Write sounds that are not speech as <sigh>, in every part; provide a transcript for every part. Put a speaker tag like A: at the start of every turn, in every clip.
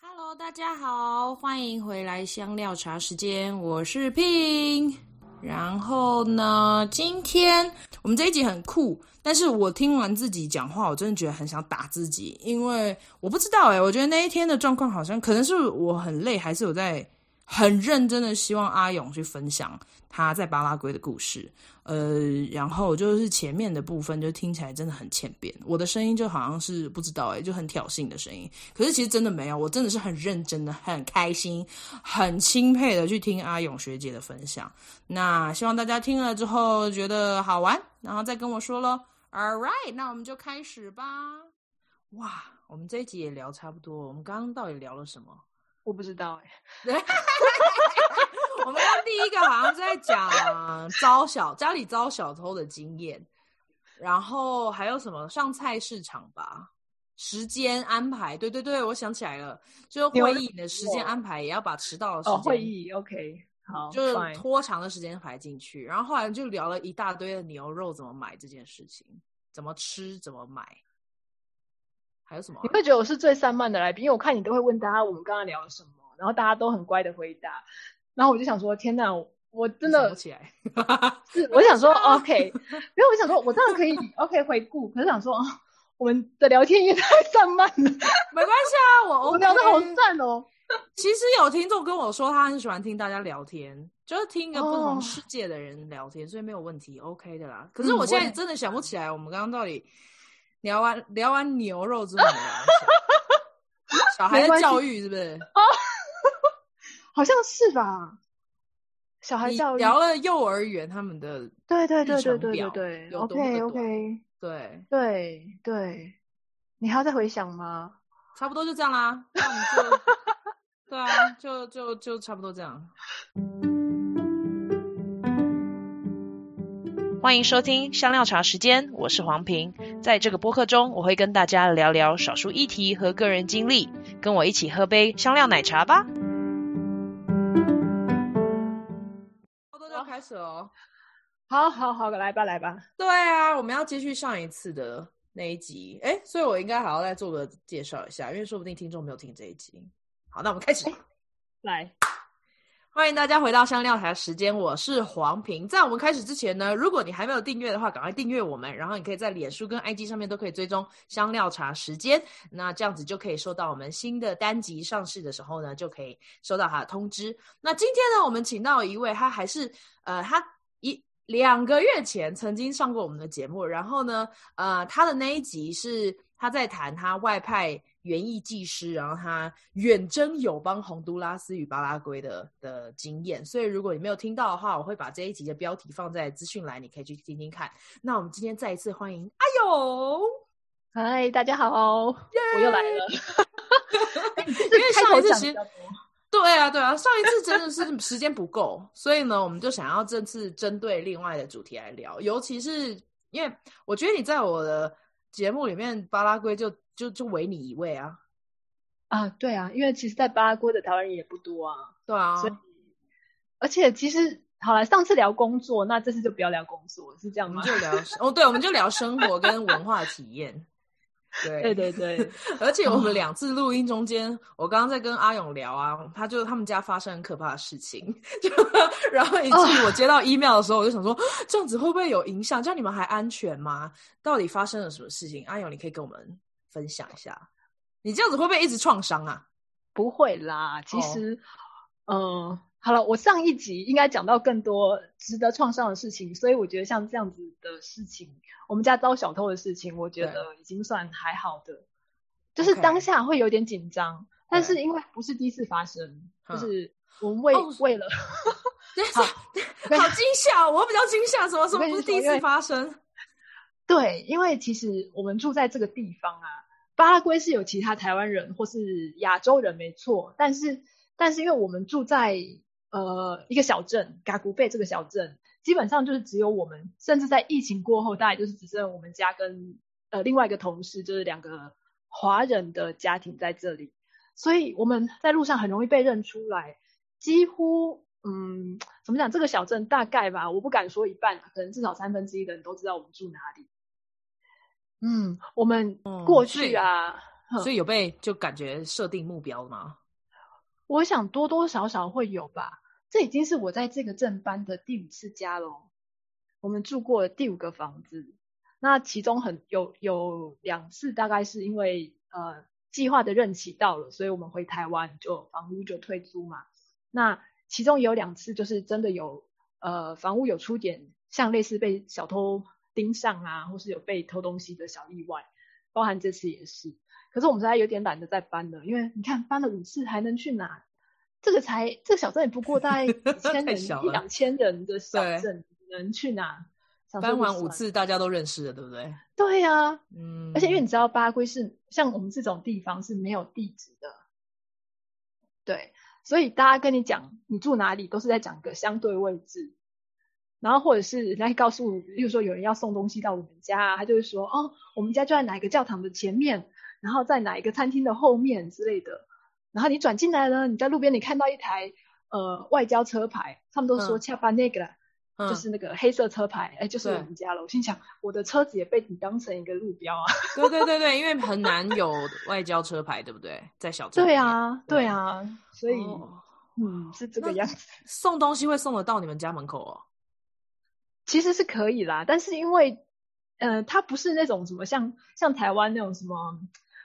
A: Hello，大家好，欢迎回来香料茶时间，我是 Pin。然后呢，今天我们这一集很酷，但是我听完自己讲话，我真的觉得很想打自己，因为我不知道哎、我觉得那一天的状况好像可能是我很累，还是我在很认真的希望阿勇去分享他在巴拉圭的故事。呃，然后就是前面的部分就听起来真的很欠扁，我的声音就好像是不知道哎、就很挑衅的声音，可是其实真的没有，我真的是很认真的、很开心、很钦佩的去听阿勇学姐的分享。那希望大家听了之后觉得好玩，然后再跟我说咯。All right，那我们就开始吧。哇，我们这一集也聊差不多了，我们刚刚到底聊了什么？
B: 我不知道哎、
A: <laughs> 我们刚刚第一个好像是在讲招小家里招小偷的经验，然后还有什么上菜市场吧，时间安排，对对对，我想起来了，就是会议的时间安排也要把迟到的时间、
B: 哦，会议 OK，好，
A: 就是
B: fine
A: 拖长的时间排进去，然后后来就聊了一大堆的牛肉怎么买这件事情，怎么吃，怎么买，还有什么啊
B: 你？会觉得我是最散漫的来宾，因为我看你都会问大家我们刚刚聊了什么，然后大家都很乖的回答，然后我就想说，天哪，我真
A: 想
B: 的
A: 不起来， <laughs>
B: 是，我 <laughs> 想说 OK，没有，我想说，我当然可以 OK 回顾，可是想说，哦我们的聊天也太散漫了，
A: 没关系啊，我
B: 我
A: OK
B: 们聊的好散哦。
A: 其实有听众跟我说，他很喜欢听大家聊天，就是听一个不同世界的人聊天，所以没有问题，OK 的啦。可是
B: 哦嗯
A: 我现
B: 我
A: 在
B: 也
A: 真的想不起来，我们刚刚到底聊完聊完牛肉之后，我们聊了什么小孩
B: 没
A: 的
B: 关系
A: 教育是不是？
B: 好像是吧？小孩
A: 你
B: 教育，
A: 聊了幼儿园他们的
B: 对对对
A: 日
B: 对
A: 常
B: 对
A: 表
B: 对对
A: 有多么的短
B: ，OK OK，
A: 对，
B: 对对，你还要再回想吗？
A: 差不多就这样啦。那我们就对啊，就就就差不多这样。
C: 欢迎收听香料茶时间，我是黄平。在这个播客中，我会跟大家聊聊少数议题和个人经历，跟我一起喝杯香料奶茶吧。
A: 差不多就要开始哦。
B: 好好好，来吧来吧。
A: 对啊，我们要接续上一次的那一集，哎，所以我应该还要再做个介绍一下，因为说不定听众没有听这一集。好，那我们开始。
B: 来，
A: 欢迎大家回到香料台时间，我是黄平。在我们开始之前呢，如果你还没有订阅的话，赶快订阅我们，然后你可以在脸书跟 IG 上面都可以追踪香料茶时间。那这样子就可以收到我们新的单集上市的时候呢，就可以收到它的通知。那今天呢，我们请到一位，他还是呃，他一两个月前曾经上过我们的节目，然后呢，呃，他的那一集是他在谈他外派园艺技师，然后他远征友邦洪都拉斯与巴拉圭的的经验。所以如果你没有听到的话，我会把这一集的标题放在资讯栏，你可以去听听看。那我们今天再一次欢迎哎阿勇，
B: 嗨，大家好，我又来了。 <laughs> 哎因
A: 因为上一次其实
B: 讲的
A: <laughs> 对啊，对啊，上一次真的是时间不够，所以呢，我们就想要这次针对另外的主题来聊，尤其是因为我觉得你在我的节目里面，巴拉圭就就就唯你一位啊，
B: 啊，对啊，因为其实，在巴拉圭的台湾人也不多啊，
A: 对啊，
B: 所以而且其实好了，上次聊工作，那这次就不要聊工作，是这
A: 我
B: 样
A: 们
B: 吗？
A: 就聊哦，对，我们就聊生活跟文化体验，对
B: <laughs> 对对对，
A: 而且
B: 哦
A: 我们两次录音中间，我刚刚在跟阿勇聊啊，他就他们家发生很可怕的事情， <laughs> 就然后以
B: 哦
A: 至于我接到 email 的时候，我就想说这样子会不会有影响？这样你们还安全吗？到底发生了什么事情？阿勇，你可以跟我们分享一下，你这样子会不会一直创伤啊？ <laughs>
B: 不会啦，其实，嗯，好了，我上一集应该讲到更多值得创伤的事情，所以我觉得像这样子的事情，我们家遭小偷的事情，我觉得已经算还好的，就是当下会有点紧张，但是因为不是第一次发生，
A: 嗯
B: 就是我们为
A: 哦
B: 为了。
A: 对，好惊吓，哦我比较惊吓，什么什么
B: 我跟你
A: 不是
B: 说
A: 第一
B: 因
A: 次
B: 为
A: 发生？
B: <laughs> 对，因为其实我们住在这个地方啊，巴拉圭是有其他台湾人或是亚洲人没错，但是但是因为我们住在呃一个小镇嘎古贝这个小镇，基本上就是只有我们，甚至在疫情过后，大概就是只剩我们家跟呃另外一个同事，就是两个华人的家庭在这里，所以我们在路上很容易被认出来，几乎。嗯，怎么讲？这个小镇大概吧，我不敢说一半，可能至少三分之一的人都知道我们住哪里。嗯，我们
A: 嗯
B: 过
A: 所以
B: 去啊，
A: 所以有被就感觉设定目标吗？
B: 我想多多少少会有吧。这已经是我在这个正班的第五次家喽。我们住过第五个房子，那其中很有有两次大概是因为呃计划的任期到了，所以我们回台湾就房屋就退租嘛。那其中有两次就是真的有呃房屋有出点像类似被小偷盯上啊，或是有被偷东西的小意外，包含这次也是。可是我们现在有点懒得再搬了，因为你看搬了五次还能去哪？这个才这个小镇也不过大
A: <laughs>
B: 概几千
A: 太
B: 人
A: 小
B: 一
A: 了
B: 两千人的小
A: 对
B: 镇，能去哪？想说
A: 搬
B: 就
A: 完五
B: 算了，
A: 次，大家都认识了，对不对？
B: 对啊呀、
A: 嗯，
B: 而且因为你知道巴拉圭是像我们这种地方是没有地址的，对，所以大家跟你讲你住哪里，都是在讲个相对位置，然后或者是来告诉，例如说有人要送东西到我们家，他就会说哦，我们家就在哪一个教堂的前面，然后在哪一个餐厅的后面之类的。然后你转进来呢，你在路边你看到一台呃外交车牌，他们都说
A: 嗯
B: 恰巴那个啦，
A: 嗯
B: 就是那个黑色车牌，哎，就是
A: 对
B: 我们家了。我心想，我的车子也被你当成一个路标啊。
A: <laughs> 对对对对，因为很难有外交车牌，对不对？在小镇里
B: 对
A: 面，
B: 啊，
A: 对
B: 对啊，所以、
A: 哦
B: 嗯是这个
A: 那
B: 样子，
A: 送东西会送得到你们家门口哦。
B: <laughs> 其实是可以啦，但是因为呃，它不是那种什么像像台湾那种什么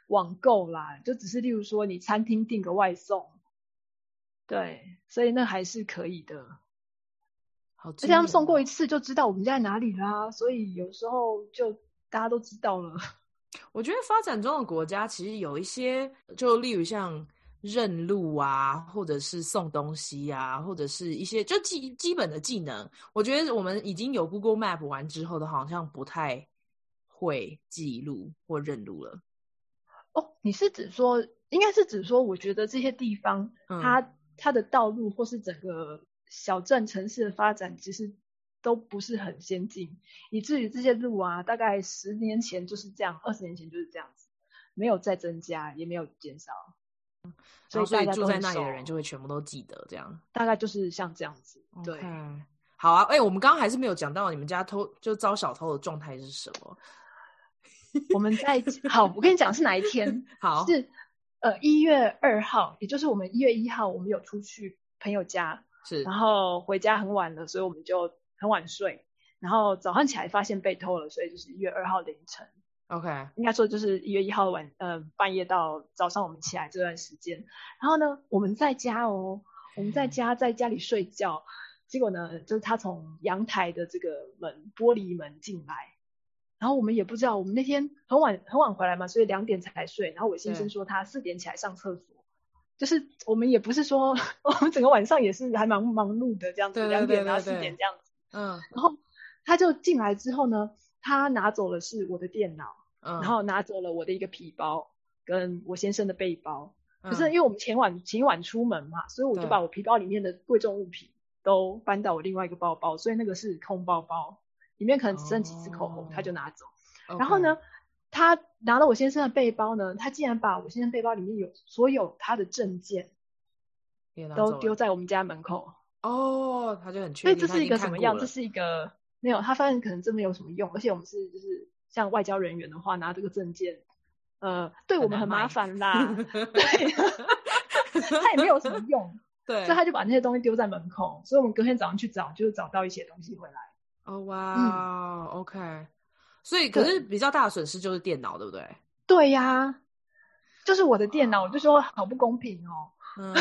B: 网购啦，就只是例如说你餐厅订个外送，对，所以那还是可以的。
A: 好，哦而
B: 而且他们送过一次就知道我们家在哪里啦，所以有时候就大家都知道了。
A: 我觉得发展中的国家其实有一些，就例如像认路啊，或者是送东西啊，或者是一些就基基本的技能。我觉得我们已经有 Google Map 完之后的，好像不太会记录或认路了。
B: 哦，你是指说，应该是指说，我觉得这些地方
A: 嗯
B: 它它的道路或是整个小镇城市的发展，其实都不是很先进，以至于这些路啊，大概十年前就是这样，二十年前就是这样子，没有再增加，也没有减少，
A: 然后嗯哦
B: 所以
A: 所
B: 大
A: 以
B: 家
A: 住
B: 都
A: 在
B: 很
A: 那里的
B: 熟
A: 人就会全部都记得这样。
B: 大概就是像这样子，对。
A: OK，好啊，哎、我们刚刚还是没有讲到你们家偷就遭小偷的状态是什么。
B: 我们
A: <laughs>
B: 在好，我跟你讲是哪一天？
A: 好
B: 是呃一月二号，也就是我们一月一号，我们有出去朋友家，
A: 是
B: 然后回家很晚了，所以我们就很晚睡，然后早上起来发现被偷了，所以就是一月二号凌晨，
A: OK，
B: 应该说就是一月一号晚呃半夜到早上我们起来这段时间，然后呢我们在家哦，我们在家在家里睡觉，结果呢就是他从阳台的这个门玻璃门进来。然后我们也不知道，我们那天很晚很晚回来嘛，所以两点才睡。然后我先生
A: 对
B: 说他四点起来上厕所，就是我们也不是说 <laughs> 我们整个晚上也是还蛮忙碌的这样
A: 对
B: 子，
A: 对
B: 两点
A: 对
B: 啊
A: 对
B: 四
A: 对
B: 点这样子。
A: 嗯
B: 然后他就进来之后呢，他拿走的是我的电脑，
A: 嗯，
B: 然后拿走了我的一个皮包跟我先生的背包。可是因
A: 为
B: 为我们前晚前晚出门嘛，所以我就
A: 嗯对
B: 把我皮包里面的贵重物品都搬到我另外一个包包，所以那个是空包包，里面可能只剩几支口红
A: 哦，
B: 他就拿走。然后呢，他拿了我先生的背包呢，他竟然把我先生背包里面有所有他的证件都丢在我们家门口。
A: 哦，他就很确
B: 所以
A: 定。
B: 这
A: 他已
B: 是一
A: 经
B: 个
A: 看
B: 什么
A: 过
B: 样？这
A: 了
B: 是一个没有，他发现可能真没有什么用，而且我们是就是像外交人员的话，拿这个证件，呃，对我们
A: 很难
B: 很
A: 卖 <laughs>
B: 麻烦啦， <laughs> 对，他也没有什么用，
A: <laughs> 对，
B: 所以他就把那些东西丢在门口，所以我们隔天早上去找，就是找到一些东西回来。
A: 哦
B: 嗯
A: 哇，OK，所以可是比较大的损失就是电脑，对不对？
B: 对呀、 <laughs> 就是我的电脑，我就说好不公平哦， <laughs>
A: 嗯，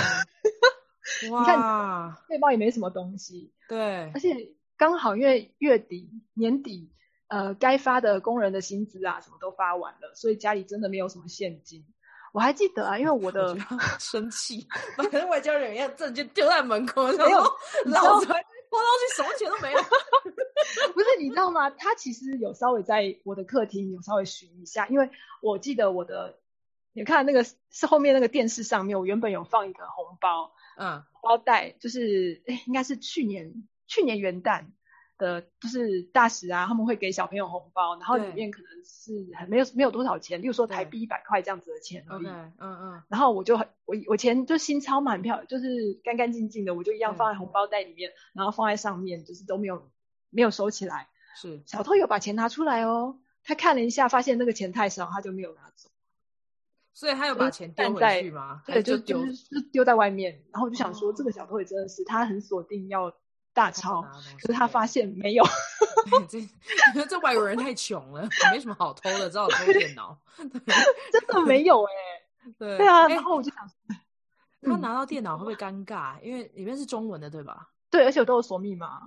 B: 看
A: 哇，
B: 背包也没什么东西，
A: 对
B: <laughs> 而，且刚好因为月底年底，呃，该发的工人的薪资啊，什么都发完了，所以家里真的没有什么现金。我还记得啊，因为我
A: <laughs> 我
B: 的
A: 觉得好生气，把那外交人员的证件丢在门口，然
B: 没有
A: 后
B: 你知道
A: 老子还偷东西，什么钱都没有。
B: <laughs> 不是你知道吗？他其实有稍微在我的客厅有稍微寻一下，因为我记得我的，你看那个是后面那个电视上面，我原本有放一个红包
A: 嗯，
B: 包袋，就是哎，应该是去年去年元旦。的就是大使啊，他们会给小朋友红包，然后里
A: 对
B: 面可能是很没有没有多少钱，例如说台
A: 对
B: 币一百块这样子的钱而
A: OK，
B: 已。
A: 嗯嗯，
B: 然后我就很我我钱就新钞满票，就是干干净净的，我就一样
A: 对
B: 放在红包袋里面，然后放在上面，就是都没有没有收起来。
A: 是
B: 小偷有把钱拿出来哦，他看了一下，发现那个钱太少，他就没有拿走。
A: 所以他有把钱丢回去吗？还是
B: 对，就
A: 就
B: 就
A: 丢
B: 是就丢在外面。然后我就想说，
A: 哦
B: 这个小偷也真的是，他很锁定要大
A: 超
B: 钞，可是他发现没有。
A: 这 <laughs> 这外国人太穷了，没什么好偷的，只好偷电
B: <laughs>
A: 脑。
B: 真的没
A: <laughs>
B: 有哎、
A: 对
B: 对啊，
A: 哎
B: 然后我就想说，
A: 他
B: 嗯
A: 拿到电脑会不会尴尬？因为里面是中文的，对吧？
B: 对，而且我都有锁密码。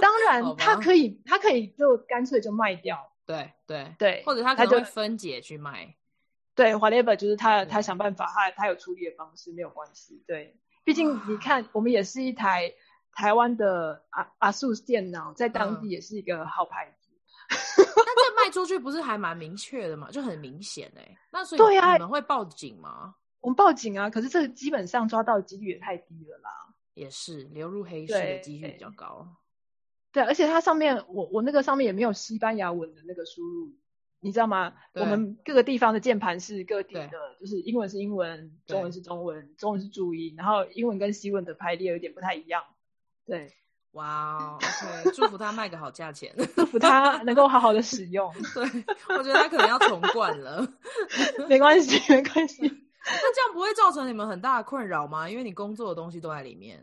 B: 当
A: 好
B: 然，
A: 吧
B: 他可以，他可以就干脆就卖掉。
A: 对对，
B: 对，
A: 或者他可
B: 他
A: 能
B: 就
A: 会分解去卖。
B: 对 whatever，就是他他
A: 对
B: 想办法，他他有处理的方式，没有关系。对，毕竟
A: 啊
B: 你看，我们也是一台台湾的阿阿素电脑，在当
A: 嗯
B: 地也是一个好牌子。
A: 但这卖出去不是还蛮明确的嘛？就很明显哎、那所以
B: 对啊
A: 你们会报警吗？
B: 我们报警啊，可是这基本上抓到的几率也太低了啦。
A: 也是流入黑市的几率比较高。
B: 对，啊而且它上面我我那个上面也没有西班牙文的那个输入，你知道吗？
A: 对
B: 我们各个地方的键盘是各地
A: 对
B: 的，就是英文是英文，
A: 对
B: 中文是中文，中文是注音，然后英文跟西文的排列有点不太一样。对，
A: <laughs> 哇哦，OK，祝福他卖个好价钱。 <laughs>
B: 祝福他能够好好的使用，
A: 对，我觉得他可能要重灌了。 <laughs>
B: 没关系，没关系。
A: 那这样不会造成你们很大的困扰吗？因为你工作的东西都在里面。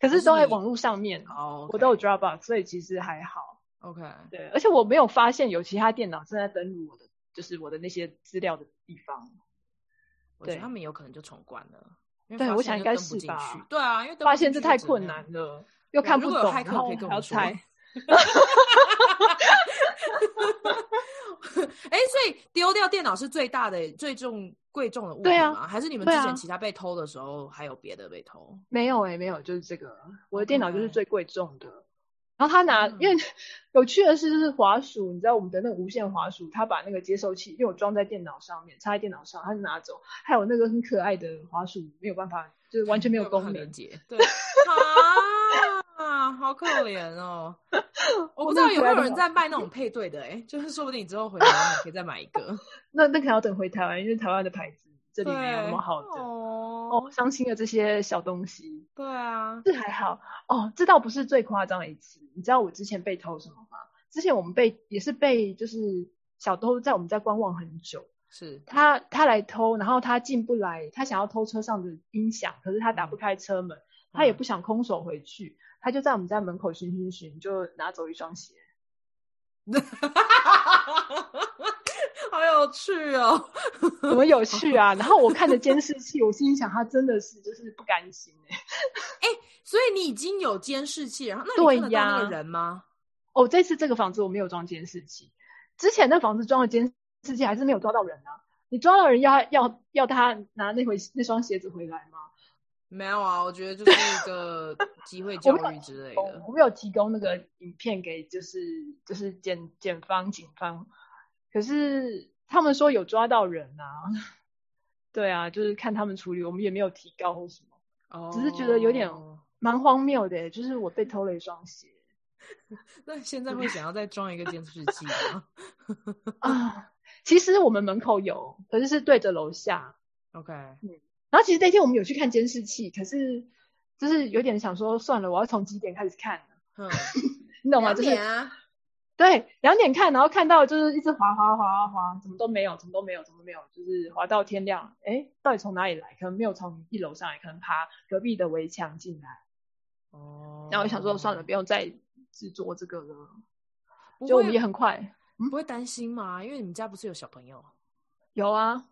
B: 可
A: 可
B: 是
A: 是
B: 都在
A: 你
B: 网络上面，啊
A: 哦、
B: 我都有 Dropbox，所以其实还好。
A: OK，
B: 对，而且我没有发现有其他电脑正在登录我的，就是我的那些资料的地方。
A: 我觉得
B: 对
A: 他们有可能就重灌了。因为
B: 对
A: 发
B: 我
A: 现就
B: 想应该
A: 登不
B: 是
A: 进
B: 吧
A: 去对啊，因为登不
B: 发现这
A: 进去
B: 太
A: 就只
B: 困
A: 能
B: 难了，又看不
A: 如
B: 懂，
A: 果有骇客
B: 然后
A: 可以跟
B: 还
A: 我
B: 要
A: 们说。 <laughs>
B: 猜。
A: 哎、所以丢掉电脑是最大的、最重、贵重的物品
B: 对啊
A: 吗？还是你们之
B: 对
A: 前
B: 啊
A: 其他被偷的时候还有别的被偷？
B: 没有哎、没有，就是这个，我的电脑就是
A: 对
B: 最贵重的。然后他
A: 嗯
B: 拿，因为有趣的是，就是滑鼠，你知道我们的那个无线滑鼠，他把那个接收器，因为我装在电脑上面，插在电脑上，他就拿走。还有那个很可爱的滑鼠，没有办法，就是完全没有
A: 办法
B: 功
A: 连
B: 能。
A: 接，对啊，好可怜哦！我不知道有没有人在卖那种配对的、哎，就是说不定你之后回台湾你可以再买一个，
B: 那那可能要等回台湾，因为台湾的牌子这
A: 对，
B: 里没有那么好的。
A: 哦
B: <laughs> 哦，，伤心的这些小东西，
A: 对啊，
B: 这还好哦，这倒不是最夸张的一次。你知道我之前被偷什么吗？之前我们被也是被就是小偷在我们家观望很久，
A: 是
B: 他他来偷，然后他进不来，他想要偷车上的音响，可是他打不
A: 嗯
B: 开车门，他也不想空手回去，他就在我们家门口寻寻寻，就拿走一双鞋。
A: 好有趣哦！
B: 怎么有趣啊！然后我看着监视器，我心里想他真的是就是不甘心哎、
A: 所以你已经有监视器，然后那
B: 对
A: 你看得到那
B: 呀
A: 个人吗？
B: 哦，这次这个房子我没有装监视器，之前那房子装了监视器，还是没有抓到人啊。你抓到人要要要他拿那回那双鞋子回来吗？
A: 没有啊，我觉得就是一
B: <laughs>
A: 个机会教育之类
B: 哦
A: 的。
B: 我们有提供那个影片给就是就是检检方警方，可是他们说有抓到人啊。 <laughs> 对啊，就是看他们处理，我们也没有提高或什么，
A: 哦，
B: 只是觉得有点蛮荒谬的。欸就是我被偷了一双鞋
A: 那现在会想要再装一个监视器吗 <laughs>
B: 啊，其实我们门口有，可是是对着楼下，
A: ？OK，
B: 然后其实那天我们有去看监视器，可是就是有点想说算了，我要从几点开始看呢？
A: 嗯，
B: 你懂吗？就是
A: 啊，
B: 对两点看，然后看到就是一直滑滑滑滑滑，怎么都没有，怎么都没有，怎么都没有，就是滑到天亮。哎，到底从哪里来？可能没有从一楼上来，可能爬隔壁的围墙进来。
A: 哦，
B: 然后我想说算了，不用再制作这个了。
A: 不
B: 就我
A: 会
B: 们也很快
A: 不会担心嘛，因为你们家不是有小朋友，
B: 有啊，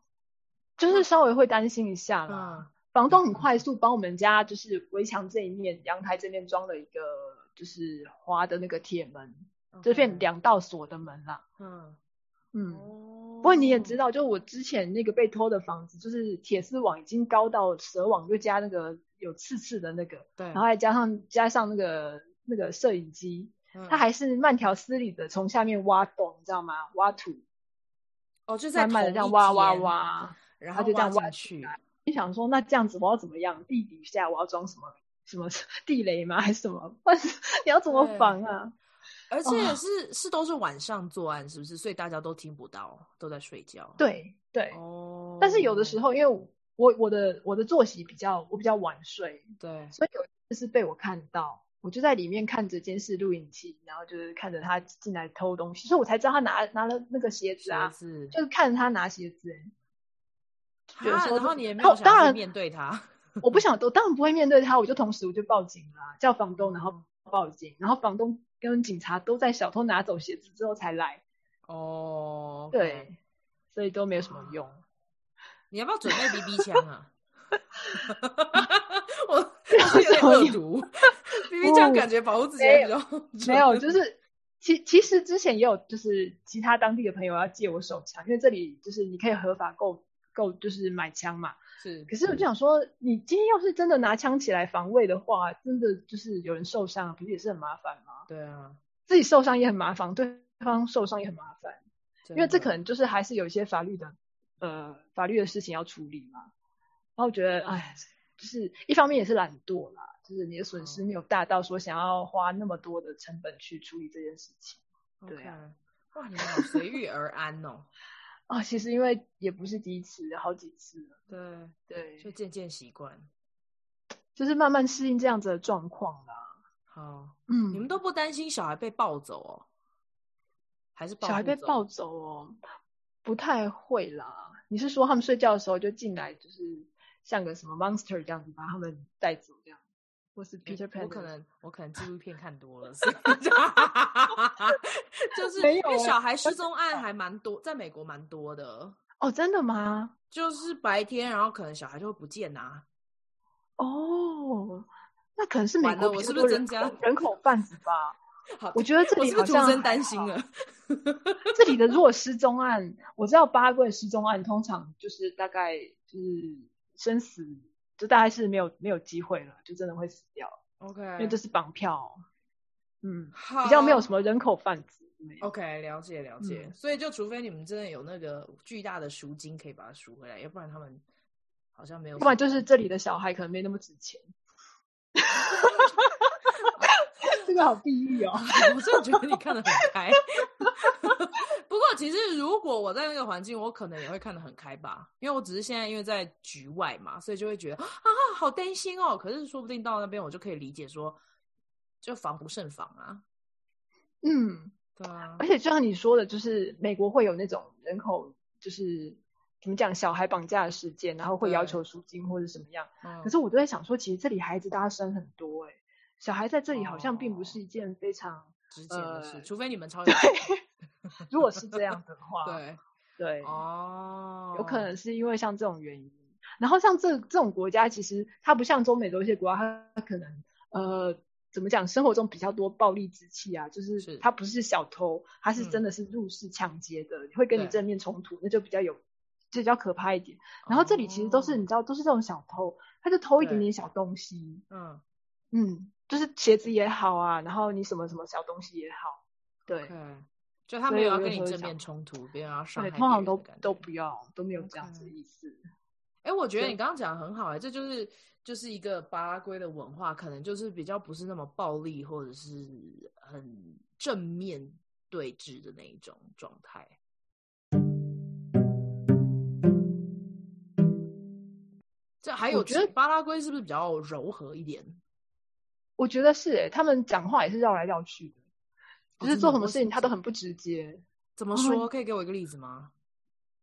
B: 就是稍微会担心一下啦。
A: 嗯，
B: 房东很快速帮我们家就是围墙这一面、阳台这面装了一个就是花的那个铁门，就是变，两道锁的门啦。
A: 嗯，
B: 嗯，
A: 哦
B: 不过你也知道，就我之前那个被偷的房子，就是铁丝网已经高到蛇网，又加那个有刺刺的那个，
A: 对，
B: 然后还加上加上那个那个摄影机，
A: 嗯
B: 它还是慢条斯理的从下面挖洞，你知道吗？挖土，
A: 哦，就在
B: 慢慢的
A: 同
B: 这样
A: 一
B: 挖挖
A: 间，嗯
B: 挖。
A: 然
B: 它
A: 后
B: 就这样
A: 进
B: 挖
A: 去，
B: 你想说，那这样子我要怎么样？地底下我要装什么什么 <laughs> 地雷吗？还是什么？ <laughs> 或是你要怎么
A: 对
B: 防啊？
A: 而且
B: 哦
A: 是是都是晚上作案，是不是？所以大家都听不到，都在睡觉。，
B: 对对，
A: 哦。
B: 但是有的时候，因为我我我的我的作息比较我比较晚睡，
A: 对，
B: 所以有一次是被我看到，我就在里面看着监视录影器，然后就是看着他进来偷东西，所以我才知道他拿拿了那个鞋子啊，
A: 子
B: 就是看着他拿鞋子、欸。
A: 啊，
B: 有时候
A: 然后
B: 就
A: 你也没
B: 然
A: 有
B: 后当
A: 想去
B: 然
A: 面对他， <laughs>
B: 我不想，我当然不会面对他，我就同时我就报警啦、叫房东，然后报警，然后房东跟警察都在小偷拿走鞋子之后才来，
A: 哦，
B: 对，，所以都没有什么用。
A: 你要不要准备
B: <laughs>
A: BB 枪啊？ <laughs> 我我是有点恶
B: <laughs>
A: 毒，BB 枪感觉保护自己还比较
B: 哦没
A: <laughs>
B: 有，就是其其实之前也有就是其他当地的朋友要借我手枪，因为这里就是你可以合法购购就是买枪嘛。
A: 是
B: 可是我就想说，你今天要是真的拿枪起来防卫的话，真的就是有人受伤，不是也是很麻烦吗？
A: 对啊，
B: 自己受伤也很麻烦，对方受伤也很麻烦。
A: 因
B: 因为这可能就是还是有一些法律的呃法律的事情要处理嘛。然后我觉得，哎，就是一方面也是懒惰啦，就是你的损失
A: 嗯
B: 没有大到说想要花那么多的成本去处理这件事情对
A: 啊。哇，你们好随遇而安哦！
B: 啊、其实因为也不是第一次，好几次了，
A: 对，
B: 对，
A: 就渐渐习惯。
B: 就是慢慢适应这样子的状况啦。
A: 好，
B: 嗯，
A: 你们都不担心小孩被抱走哦？还是
B: 小孩被抱
A: 走？
B: 走哦，不太会啦。你是说他们睡觉的时候就进来，就是像个什么 monster 这样子把他们带走这样，或是 Peter Pan？
A: 我可
B: 那
A: 能
B: 种
A: 我可能纪录片看多了，
B: <laughs>
A: 所以 <laughs> 就是
B: 没有
A: 因为
B: 欸
A: 小孩失踪案还蛮多，在美国蛮多的，
B: 哦，真的吗？
A: 就是白天，然后可能小孩就会不见啊。
B: 哦，那可能是美
A: 完了
B: 国比
A: 我
B: 较
A: 是不
B: 多
A: 是
B: 人
A: 增加
B: 口人口贩子吧？
A: 好，
B: 我觉得这
A: 我
B: 里
A: 是不
B: 好
A: 是徒
B: 像
A: 增担心
B: <laughs>
A: 了？
B: 这里的
A: <laughs>
B: 如果失踪案，我知道巴拉圭的失踪案通常就是大概就是生死，就大概是没有没有机会了，就真的会死掉，
A: OK，
B: 因为这是绑票，嗯，
A: 好
B: 比较没有什么人口贩子。没有
A: 哦 OK，了解了解。
B: 嗯
A: 所以就除非你们真的有那个巨大的赎金可以把它赎回来，要不然他们好像没有什么。
B: 不然就是这里的小孩可能没那么值
A: <laughs>
B: 钱。 <laughs> 这个好地狱哦！
A: <laughs> 我真的觉得你看得很开。 <laughs> 不过其实如果我在那个环境，我可能也会看得很开吧，因为我只是现在因为在局外嘛，所以就会觉得啊好担心哦。可是说不定到那边我就可以理解说，就防不胜防啊。
B: 嗯，
A: 对啊
B: 而，且就像你说的，就是美国会有那种人口，就是怎么讲，小孩绑架的事件，然后会要
A: 对
B: 求赎金或者什么样。
A: 嗯
B: 可是我都在想说，其实这里孩子大家生很多、欸，小孩在这里好像并
A: 哦
B: 不是一件非常，
A: 值钱的事，
B: 呃
A: 除非你们超有钱。
B: 如果是这样的话，
A: <laughs> 对
B: 对，
A: 哦，
B: 有可能是因为像这种原因。然后像这这种国家，其实它不像中美洲一些国家，它它可能呃怎么讲，生活中比较多暴力之气啊，就是
A: 是
B: 它不是小偷，它是
A: 嗯
B: 真的是入室抢劫的，会跟你
A: 对
B: 正面冲突，那就比较有就比较可怕一点。然后这里其实都是、
A: 哦
B: 你知道，都是这种小偷，他就偷一点
A: 对
B: 点小东西，
A: 嗯
B: 嗯，就是鞋子也好啊，然后你什么什么小东西也好，对。
A: ，OK，就他
B: 所
A: 没
B: 以
A: 有要
B: 我有
A: 跟
B: 时
A: 你
B: 候
A: 正
B: 想
A: 面冲突，别人要伤害
B: 对，
A: 别
B: 通常
A: 人
B: 都
A: 的感
B: 都
A: 觉
B: 不要，都没有这样子的
A: OK
B: 意思。
A: 哎、我觉得
B: 对
A: 你刚刚讲的很好哎、这就是就是一个巴拉圭的文化，可能就是比较不是那么暴力或者是很正面对峙的那一种状态。这还有
B: 我
A: 其，
B: 觉得
A: 巴拉圭是不是比较柔和一点？
B: 我觉得是诶、他们讲话也是绕来绕去的，
A: 哦
B: 就是
A: 真的
B: 做什么
A: 为
B: 事
A: 什
B: 情
A: 么
B: 他都很不直接
A: 怎么说？可以给我一个例子吗？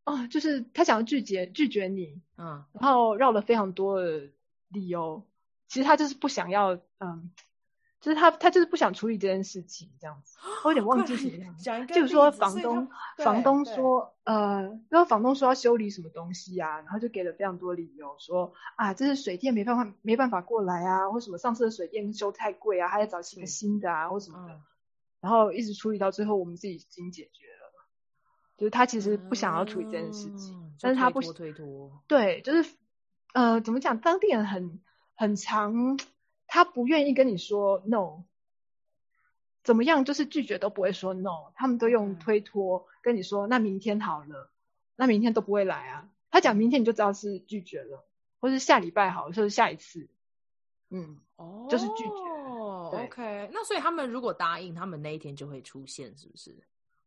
B: 哦，就是他想要拒绝拒绝你，
A: 嗯，
B: 然后绕了非常多的理由，其实他就是不想要，嗯，就是他他就是不想处理这件事情这样子，我有点忘记
A: 快
B: 是
A: 点
B: 这样子。
A: 讲一个例
B: 就是
A: 子，
B: 说
A: 所
B: 房
A: 以他
B: 东，
A: 对
B: 房东
A: 对
B: 说，呃，因为房东说要修理什么东西啊，然后就给了非常多理由，说啊，这是水电没办法没办法过来啊，或什么上次的水电修太贵啊，还要找一个
A: 是
B: 新的啊，或什么的，
A: 嗯，
B: 然后一直处理到最后，我们自己已经解决了，就是他其实不想要处理这件事情，
A: 嗯就
B: 但是他
A: 推
B: 不
A: 脱推脱，
B: 对，就是呃，怎么讲，当地人很很常，他不愿意跟你说 no，怎么样，就是拒绝都不会说 no，他们都用
A: OK
B: 推脱跟你说，那明天好了，那明天都不会来啊。他讲明天你就知道是拒绝了，或是下礼拜好，或是下一次，嗯，
A: 哦，
B: 就是拒绝对
A: OK，那所以他们如果答应，他们那一天就会出现，是不是？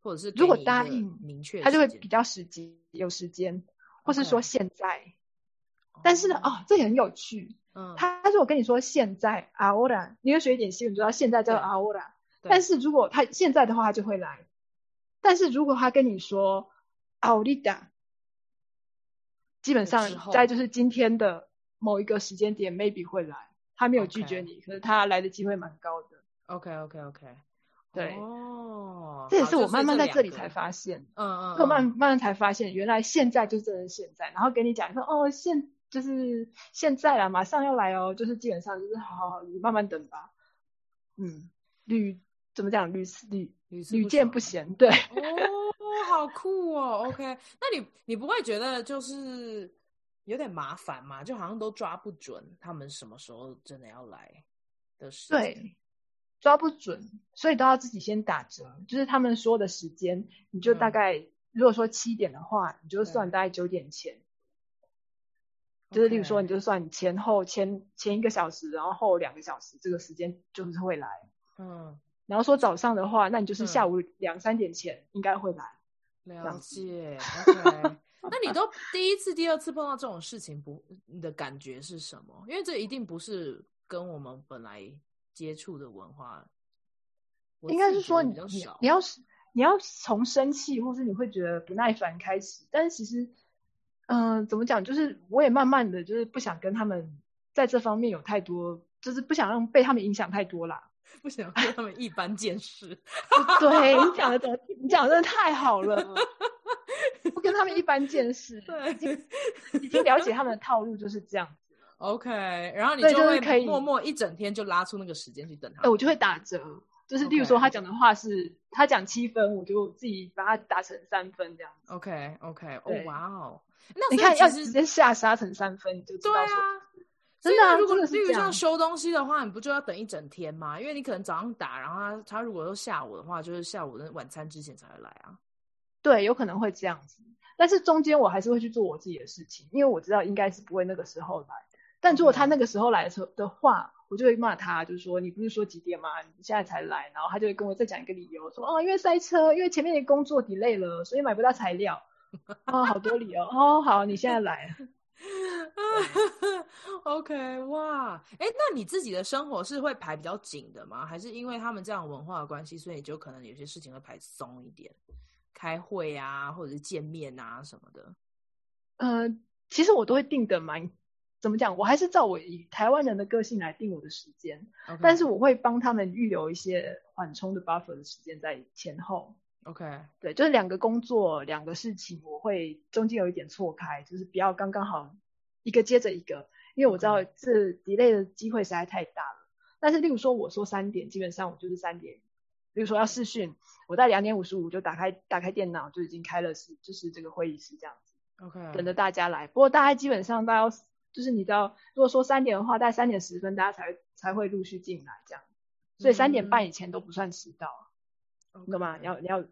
A: 或者是给
B: 如果
A: 你一
B: 答
A: 个
B: 应
A: 明确的
B: 他
A: 时
B: 就
A: 间，
B: 会比较时机有时间，或是说
A: OK
B: 现在，但是呢，哦，这也很有趣。
A: 嗯，
B: 他如果跟你说现在 ahora，你会学一点西语，你知道现在叫
A: 对
B: ahora。
A: 对
B: 但是如果他现在的话，他就会来。但是如果他跟你说 ahorita，基本上
A: 之后
B: 在就是今天的某一个时间点，maybe 会来。他没有拒绝
A: OK
B: 你可是他来的机会蛮高的。
A: OK OK OK，
B: 对
A: 哦，
B: 这也
A: 好
B: 是我慢慢在这里，
A: 就
B: 才
A: 是两个
B: 发现。
A: 嗯嗯，
B: 我慢慢慢才发现，原来现在就真的是现在。然后给你讲说，哦，现就是现在啦，马上要来哦，就是基本上就是好好好，你慢慢等吧。嗯，屡怎么讲，屡次屡
A: 屡试
B: 屡见
A: 爽
B: 不鲜，对，
A: 哦，好酷哦！OK，那你你不会觉得就是有点麻烦吗？就好像都抓不准他们什么时候真的要来的时间。
B: 对，抓不准，所以都要自己先打折，就是他们说的时间，你就大
A: 嗯
B: 概、如果说七点的话，你就算
A: 对
B: 大概九点前。就是例如说，你
A: OK
B: 就算前后前前一个小时，然后后两个小时，这个时间就是会来。
A: 嗯，
B: 然后说早上的话，那你就是
A: 嗯
B: 下午两三点前应该会来。
A: 了
B: 样
A: 解。OK，那你
B: <laughs>
A: 都第一次、第二次碰到这种事情不，你的感觉是什么？因为这一定不是跟我们本来接触的文化，我
B: 应该
A: 自
B: 是
A: 己
B: 说
A: 觉得比较
B: 你你
A: 少
B: 你。要是你要从生气或是你会觉得不耐烦开始，但是其实，嗯、怎么讲？就是我也慢慢的就是不想跟他们在这方面有太多，就是不想让被他们影响太
A: <laughs>
B: 多啦。
A: 不想跟他们一般见识。
B: 对你讲的怎么？你讲的真的太
A: <laughs>
B: 好了，不跟他们一般见识，
A: 对。
B: 已经了解他们的套路就是这样。
A: OK，然后你
B: 对
A: 就
B: 就是
A: 会
B: 可以
A: 默默一整天就拉出那个时间去等他
B: 呃，。我就会打折，就是例如
A: OK
B: 说他讲的话是他讲七分，我就自己把它打成三分这样子。
A: OK OK，哦
B: 对
A: 哇哦，那
B: 你
A: 所以
B: 看，要
A: 其
B: 直
A: 实
B: 接下杀成三分，你就知
A: 对
B: 道
A: 啊
B: 说，，
A: 所以
B: 真的啊
A: 那如果
B: 真的是
A: 例如
B: 这样
A: 像收东西的话，你不就要等一整天吗？因为你可能早上打，然后他他如果说下午的话，就是下午的晚餐之前才会来啊。
B: 对，有可能会这样子。但是中间我还是会去做我自己的事情，因为我知道应该是不会那个时候来。但如果他那个时候来的时候的话，我就会骂他，就是说你不是说几点吗？你现在才来，然后他就会跟我再讲一个理由，说哦，因为塞车，因为前面的工作 delay 了，所以买不到材料。哦，好多理由哦，好，你现在来。
A: <laughs> OK，哇，哎，那你自己的生活是会排比较紧的吗？还是因为他们这样文化的关系，所以你就可能有些事情会排松一点，开会啊，或者是见面啊什么的？
B: 呃，其实我都会定的蛮，怎么讲？我还是照我以台湾人的个性来定我的时间，
A: OK，
B: 但是我会帮他们预留一些缓冲的 buffer 的时间在前后。
A: OK，
B: 对，就是两个工作，两个事情，我会中间有一点错开，就是不要刚刚好一个接着一个，因为我知道这 delay 的机会实在太大了。但是，例如说我说三点，基本上我就是三点。例如说要视讯，我在两点五十五就打开打开电脑，就已经开了是就是这个会议室这样子。
A: OK，
B: 等着大家来。不过大家基本上大家要就是你知道，如果说三点的话，大概三点十分大家才才会陆续进来这样，所以三点
A: 嗯
B: 半以前都不算迟到，啊你懂吗？你要你 <laughs> 要，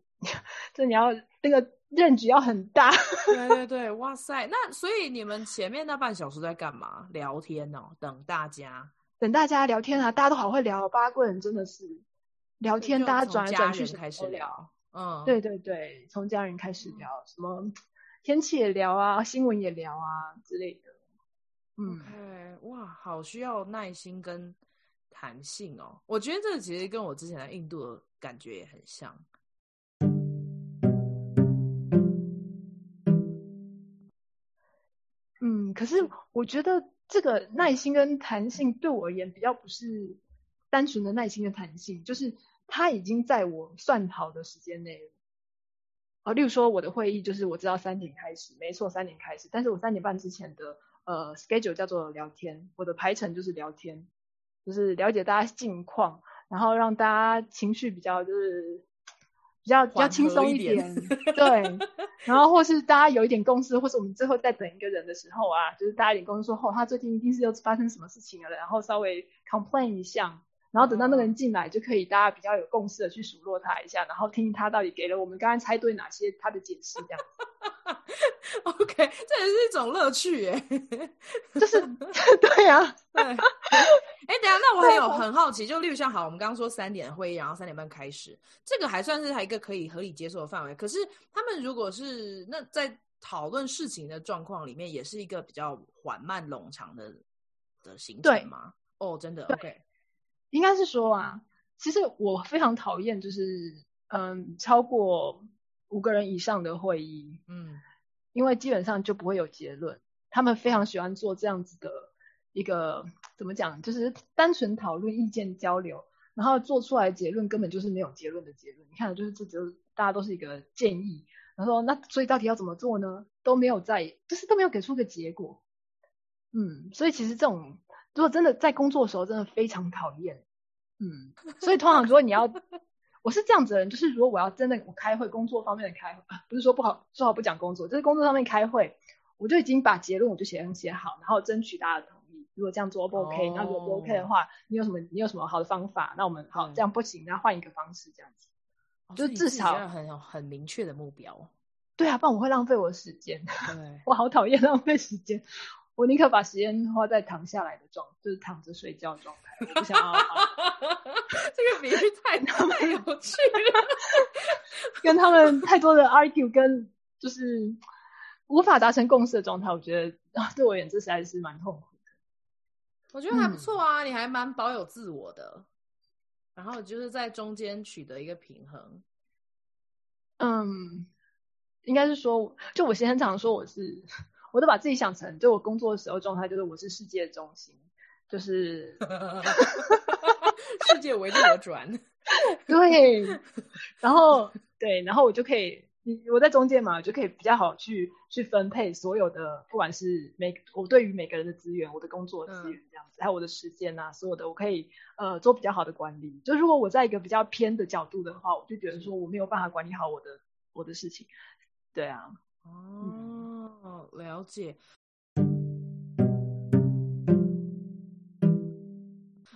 B: 就你要那个认知要很大。
A: 对对对，哇塞！那所以你们前面那半小时在干嘛？聊天哦，等大家
B: 等大家聊天啊，大家都好会聊，八卦人真的是聊天，
A: 就
B: 大家
A: 从
B: 转来
A: 家
B: 转去
A: 人
B: 什么
A: 开
B: 都
A: 始
B: 聊。
A: 聊，嗯，
B: 对对对，从家人开始聊，什么天气也聊啊，新闻也聊啊之类的。嗯。
A: ，OK，哇，好需要耐心跟弹性哦。我觉得这其实跟我之前在印度的感觉也很像。 <laughs>
B: 嗯，可是我觉得这个耐心跟弹性对我而言比较不是单纯的耐心跟弹性，就是它已经在我算好的时间内了。啊，例如说我的会议就是我知道三点开始，没错，三点开始，但是我三点半之前的呃 schedule 叫做聊天，我的排程就是聊天，就是了解大家近况，然后让大家情绪比较就是比较比较
A: 缓
B: 轻
A: 和
B: 松
A: 一
B: 一
A: 点 <laughs>
B: 对。然后或是大家有一点共识，或是我们最后在等一个人的时候啊，就是大家有点共识说，哦，他最近一定是又发生什么事情了，然后稍微 complain 一下，然后等到那个人进来，就可以大家比较有共识的去数落他一下，然后听他到底给了我们刚刚猜对哪些他的解释，这样
A: OK，这也是一种乐趣耶。
B: 就是 <laughs> 对啊，
A: <laughs> 对，哎、等一下，那我很有很好奇，就例如像好，我们刚刚说三点会议，然后三点半开始，这个还算是还一个可以合理接受的范围。可是他们如果是那在讨论事情的状况里面，也是一个比较缓慢冗长的的行
B: 对
A: 程吗？哦，真的
B: 对
A: ，OK，
B: 应该是说啊，其实我非常讨厌就是嗯超过五个人以上的会议，
A: 嗯，
B: 因为基本上就不会有结论。他们非常喜欢做这样子的一个怎么讲，就是单纯讨论意见交流，然后做出来结论根本就是没有结论的结论。你看，就是这只是大家都是一个建议，然后那所以到底要怎么做呢？都没有在，就是都没有给出个结果。嗯，所以其实这种如果真的在工作的时候，真的非常讨厌。嗯，所以通常如果你要，我是这样子的人，就是如果我要真的我开会，工作方面的开会，啊不是说不好说好不讲工作，就是工作上面开会，我就已经把结论我就写上写好，然后争取大家的同意。如果这样做 O 不 OK？、那如果不 OK 的话，你有什么你有什么好的方法？那我们好、
A: 嗯
B: 这样不行，那换一个方式这样子。
A: 哦
B: 就
A: 所以你
B: 至
A: 自己要
B: 少
A: 有很有很明确的目标，
B: <laughs> 对啊，不然我会浪费我的时间。 <laughs>
A: 对，
B: 我好讨厌浪费时间，我宁可把时间花在躺下来的状，就是躺着睡觉的状态，我不想要
A: <laughs> 这个比喻
B: <laughs>
A: 太太有趣了，
B: 跟他们太多的 argue，跟就是无法达成共识的状态，我觉得啊对我而言这实在是蛮痛苦的。
A: 我觉得
B: 嗯
A: 还不错啊，你还蛮保有自我的，然后就是在中间取得一个平衡，
B: 嗯，应该是说，就我先生常说我是， <laughs> 我都把自己想成，就我工作的时候状态就是我是世界的中心，就是
A: 世界围着我转， <laughs>
B: <laughs> 对，然后对，然后我就可以，你我在中间嘛，我就可以比较好去去分配所有的，不管是每我对于每个人的资源，我的工作资源这样子，还有我的时间啊，所有的我可以呃做比较好的管理。就如果我在一个比较偏的角度的话，我就觉得说我没有办法管理好我的我的事情。对啊，
A: 哦，了解。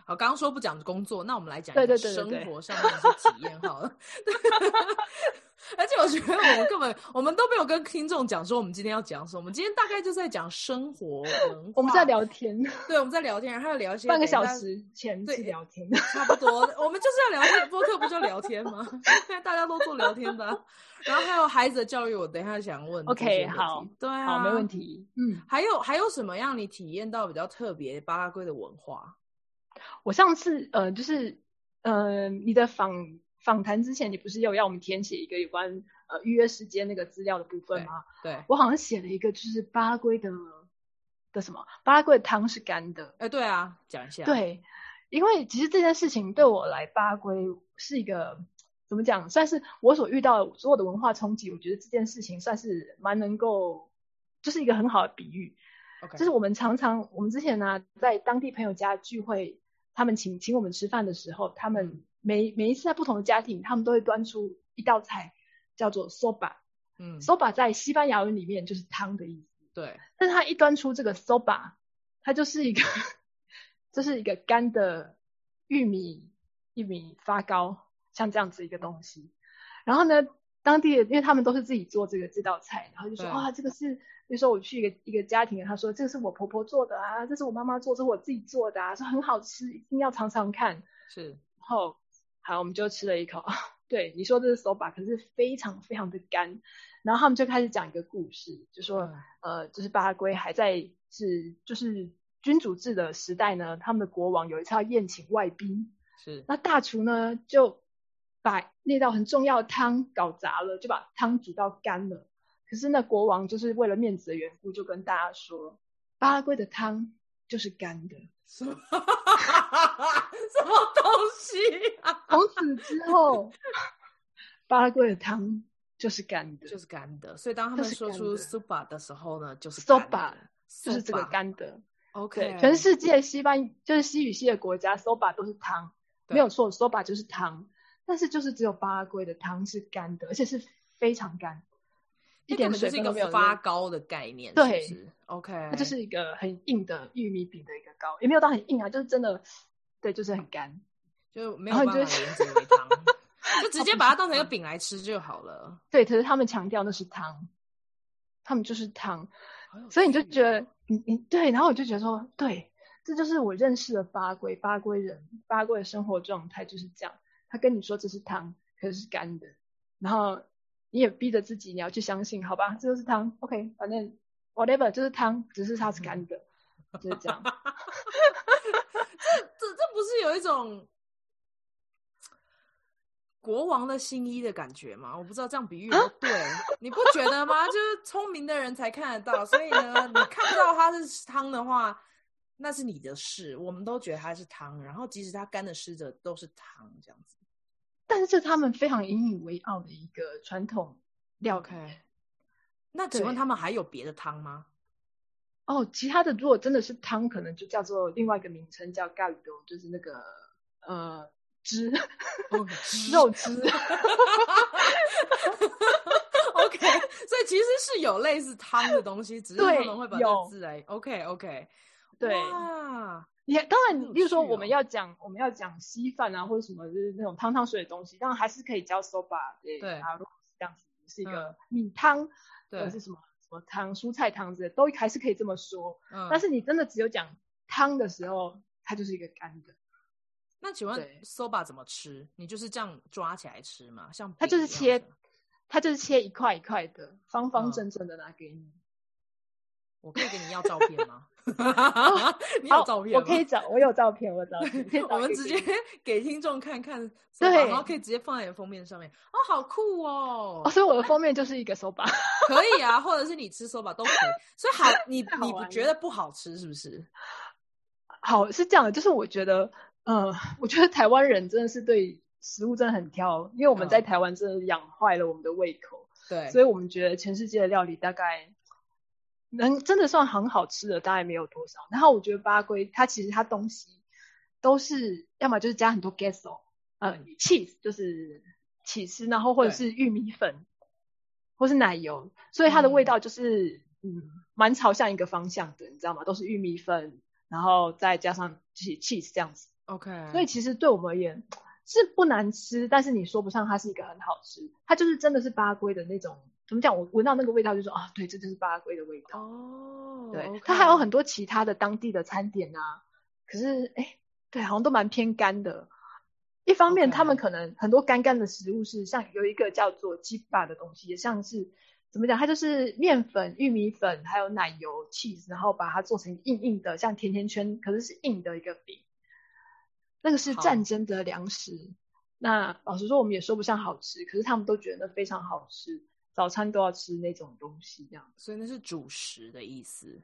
A: 好，刚刚说不讲工作，那我们来讲一
B: 对
A: 个
B: 对对对
A: 生
B: 对
A: 活上面的体验
B: <laughs>
A: 好了。 <laughs> 而且我觉得我们根本我们都没有跟听众讲说我们今天要讲什么，我们今天大概就是在讲生活文化。
B: 我们在，聊天，
A: 对，我们在聊天，然后聊一些
B: 半个
A: 等
B: 小
A: 一下
B: 时前
A: 对
B: 是聊天。
A: <laughs> 差不多，我们就是要聊天，播客不就聊天吗？现在大家都做聊天的啊、然后还有孩子的教育，我等一下想问这
B: OK，
A: 些问题。
B: 好
A: 对啊，
B: <laughs> 好，没问。题。嗯，
A: 还有还有什么让你体验到比较特别巴拉圭的文化？
B: 我上次呃，就是呃，你的访访谈之前，你不是有要我们填写一个有关呃预约时间那个资料的部分吗？
A: 对，哎、
B: 我好像写了一个，就是巴拉圭的的什么，巴拉圭的汤是干的。
A: 对啊，讲一下。，
B: 对，因为其实这件事情对我来巴拉圭是一个怎么讲，算是我所遇到所有的文化冲击，我觉得这件事情算是蛮能够，就是一个很好的比喻。
A: OK，
B: 就是我们常常，我们之前呢、在当地朋友家聚会，他们请请我们吃饭的时候，他们每每一次在不同的家庭，他们都会端出一道菜，叫做 soba。
A: 嗯，
B: soba 在西班牙文里面就是汤的意思，
A: 对，
B: 但是他一端出这个 soba，它就是一个， <laughs> 这是一个干的玉米玉米发糕，像这样子一个东西。然后呢，当地的因为他们都是自己做这个这道菜，然后就说
A: 对
B: 哇，这个是那时候我去一个一个家庭，他说这个是我婆婆做的啊，这是我妈妈做，这是我自己做的啊，说很好吃，一定要尝尝看。
A: 是，
B: 然后好，我们就吃了一口。 <laughs> 对，你说这是手把，可是非常非常的干。然后他们就开始讲一个故事，就说、
A: 嗯
B: 呃，就是巴拉圭还在是就是君主制的时代呢，他们的国王有一次要宴请外宾，
A: 是，
B: 那大厨呢就把那道很重要的汤搞砸了，就把汤煮到干了。可是那国王就是为了面子的缘故，就跟大家说，巴拉圭的汤就是干的。
A: 什么 <laughs> 什么东西啊？
B: 从此之 <laughs> 后，巴拉圭的汤就是干的，
A: 就是干的，所以当他们
B: 就是
A: 说
B: 干
A: 出
B: 的
A: “suba” 的时候呢，就是
B: Soba，
A: 就
B: 就是这个。干的。
A: OK，
B: 对，全世界西班就是西语系的国家，soba 都是汤，
A: 对
B: 没有错，soba 就是汤。但是就是只有巴拉圭的汤是干的，而且是非常干，一
A: 那
B: 点
A: 根本就
B: 水
A: 是一
B: 分
A: 个
B: 都没有的。
A: 发糕的概念，
B: 对
A: 是不是，OK，
B: 它就是一个很硬的玉米饼的一个糕，也没有到很硬啊，就是真的，对，就是很干。
A: 就没有
B: 然后
A: 办
B: 你
A: 法
B: 就
A: 连接为
B: <laughs>
A: 汤，就直接把它当成一个饼来吃就好了。
B: 对，可是他们强调那是汤，他们就是汤。
A: 好有
B: 所以你就
A: 趣
B: 觉
A: 哦
B: 得，你你对，然后我就觉得说，对，这就是我认识的巴龟，巴龟人，巴龟的生活状态就是这样。他跟你说这是汤，可是是干的，然后你也逼着自己你要去相信，好吧，这就是汤，OK，反正 whatever 就是汤，只是它是干的，就是这样。 <laughs>
A: 这这不是有一种国王的新衣的感觉吗？我不知道这样比喻
B: 啊
A: 不对，你不觉得吗？就是聪明的人才看得到，所以呢，你看不到它是汤的话，那是你的事。我们都觉得它是汤，然后即使它干的湿的都是汤，这样子。
B: 但是这是他们非常引以为傲的一个传统料 <laughs> 理。
A: OK，那请问
B: 对
A: 他们还有别的汤
B: <laughs>
A: 吗？
B: 哦，其他的如果真的是汤，可能就叫做另外一个名称叫咖喱多，就是那个呃汁
A: 哦
B: <laughs> 肉汁。
A: OK，所以 <laughs> 其实是有类似汤的东西，只是
B: 对
A: 他们会把这
B: 有
A: 个字来 OK OK，
B: 对，
A: 哇，
B: 你看当
A: 好有
B: 然，例如说
A: 趣
B: 我们
A: 哦
B: 要讲我们要讲稀饭啊，或者什么就是那种汤汤水的东西，当然还是可以叫 soba 对
A: 对
B: 啊，如果是这样子是一
A: 嗯
B: 个米汤，或
A: 对
B: 者是，什么什么汤、蔬菜汤之类的，都还是可以这么说。
A: 嗯
B: 但是你真的只有讲汤的时候，它就是一个干的，
A: 那请问
B: 对
A: soba 怎么吃？你就是这样抓起来吃吗？像
B: 它就是
A: 饼一样
B: 切
A: 的，
B: 它就是切一块一块的，方
A: 嗯
B: 方正正的拿给你。
A: 我可以给你要照片吗？ <laughs> 你有
B: 哦好
A: 照片吗？
B: 我可以找，我有照片，我有照
A: <laughs>
B: 片，可以找
A: 我们
B: 给
A: 直
B: 你
A: 接给听众看看 soba，
B: 对
A: 然后可以直接放在你的封面上面。哦，好酷哦
B: 哦，！所以我的封面就是一个手把， <laughs>
A: <laughs> 可以啊，或者是你吃 soba 都可以。所以好，你
B: 太好
A: 你不
B: 玩了
A: 觉得不好吃是不是？
B: 好，是这样的，就是我觉得，呃，我觉得台湾人真的是对食物真的很挑，因为我们在
A: 嗯
B: 台湾真的养坏了我们的胃口，
A: 对，
B: 所以我们觉得全世界的料理大概能真的算很好吃的，大概没有多少。然后我觉得巴拉圭它其实它东西都是要么就是加很多 gesso，呃，cheese 就是起司，然后或者
A: 对
B: 是玉米粉，或是奶油，所以它的
A: 嗯
B: 味道就是嗯，蛮朝向一个方向的，你知道吗？都是玉米粉，然后再加上就是 cheese 这样子。
A: OK，
B: 所以其实对我们而言是不难吃，但是你说不上它是一个很好吃，它就是真的是巴拉圭的那种，怎么讲？我闻到那个味道就说啊，对，这就是巴拉圭的味道。
A: 哦，
B: 对
A: OK
B: 它还有很多其他的当地的餐点啊，可是哎，对，好像都蛮偏干的。一方面
A: OK
B: 他们可能很多干干的食物是像有一个叫做鸡巴的东西，也像是怎么讲，它就是面粉、玉米粉还有奶油、cheese，然后把它做成硬硬的，像甜甜圈，可是是硬的一个饼。那个是
A: 好
B: 战争的粮食。那老实说，我们也说不上好吃，可是他们都觉得那非常好吃，早餐都要吃那种东西这样。
A: 所以那是主食的意思。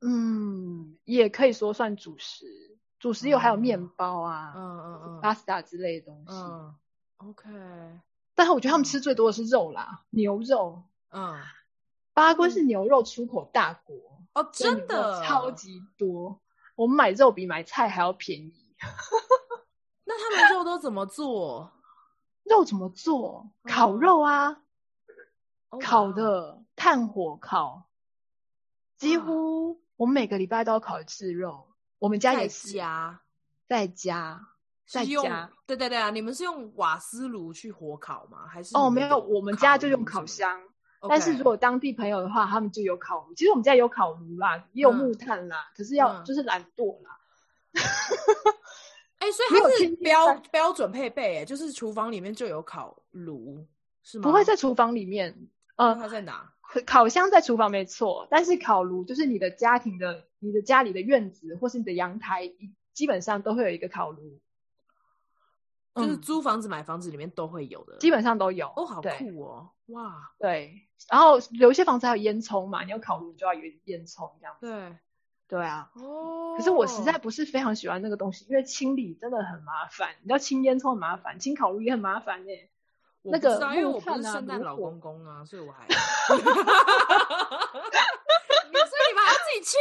B: 嗯，也可以说算主食，主食有还有面包
A: 嗯
B: 啊、
A: 嗯嗯
B: pasta 之类的东西。
A: 嗯，OK，
B: 但是我觉得他们吃最多的是肉啦，牛肉。
A: 嗯，
B: 巴拉圭是牛肉出口大国，
A: 哦，
B: 所以
A: 真
B: 牛肉
A: 的
B: 超。级多。我们买肉比买菜还要便宜。
A: 那他们肉都怎么
B: <laughs>
A: 做？
B: 肉怎么做？
A: 嗯
B: 烤肉啊，
A: 哦
B: 烤。
A: 哇
B: 的，炭火烤。几
A: 哇
B: 乎我们每个礼拜都要烤一次肉，我们家
A: 在
B: 也是
A: 家
B: 在家在
A: 是用
B: 家。
A: 对对对啊！你们是用瓦斯炉去火烤吗？还是
B: 哦，
A: 你
B: 没
A: 们
B: 有，我们家就用
A: 炉什么
B: 烤
A: 的。
B: 箱。
A: OK
B: 但是如果当地朋友的话，他们就有烤炉。其实我们家有烤炉啦，也有
A: 嗯
B: 木炭啦，可是要、
A: 嗯
B: 就是懒惰啦。
A: 哎、所以
B: 没有
A: 它是
B: 天天
A: 标
B: 在
A: 标准配备、哎，就是厨房里面就有烤炉，是吗？
B: 不会在厨房里面，
A: 那
B: 呃，
A: 它在哪？
B: 烤箱在厨房没错，但是烤炉就是你的家庭的、你的家里的院子或是你的阳台，基本上都会有一个烤炉，
A: 就是
B: 嗯
A: 租房子、买房子里面都会有的。
B: 基本上都有。
A: 哦，好
B: 对
A: 酷哦！哇，
B: 对，然后有一些房子还有烟囱嘛，你有烤炉就要有烟囱这样子。
A: 对，
B: 对啊，
A: 哦。
B: 可是我实在不是非常喜欢那个东西，因为清理真的很麻烦，你知道清烟囱很麻烦，清烤炉也很麻烦耶、
A: 我
B: 那
A: 不知
B: 个
A: 道因为
B: 木
A: 我不是
B: 炭啊
A: 圣诞
B: 炉
A: 老
B: 火
A: 公公啊，所以
B: <laughs>
A: 我还， <laughs> 你所以你们还要自己清，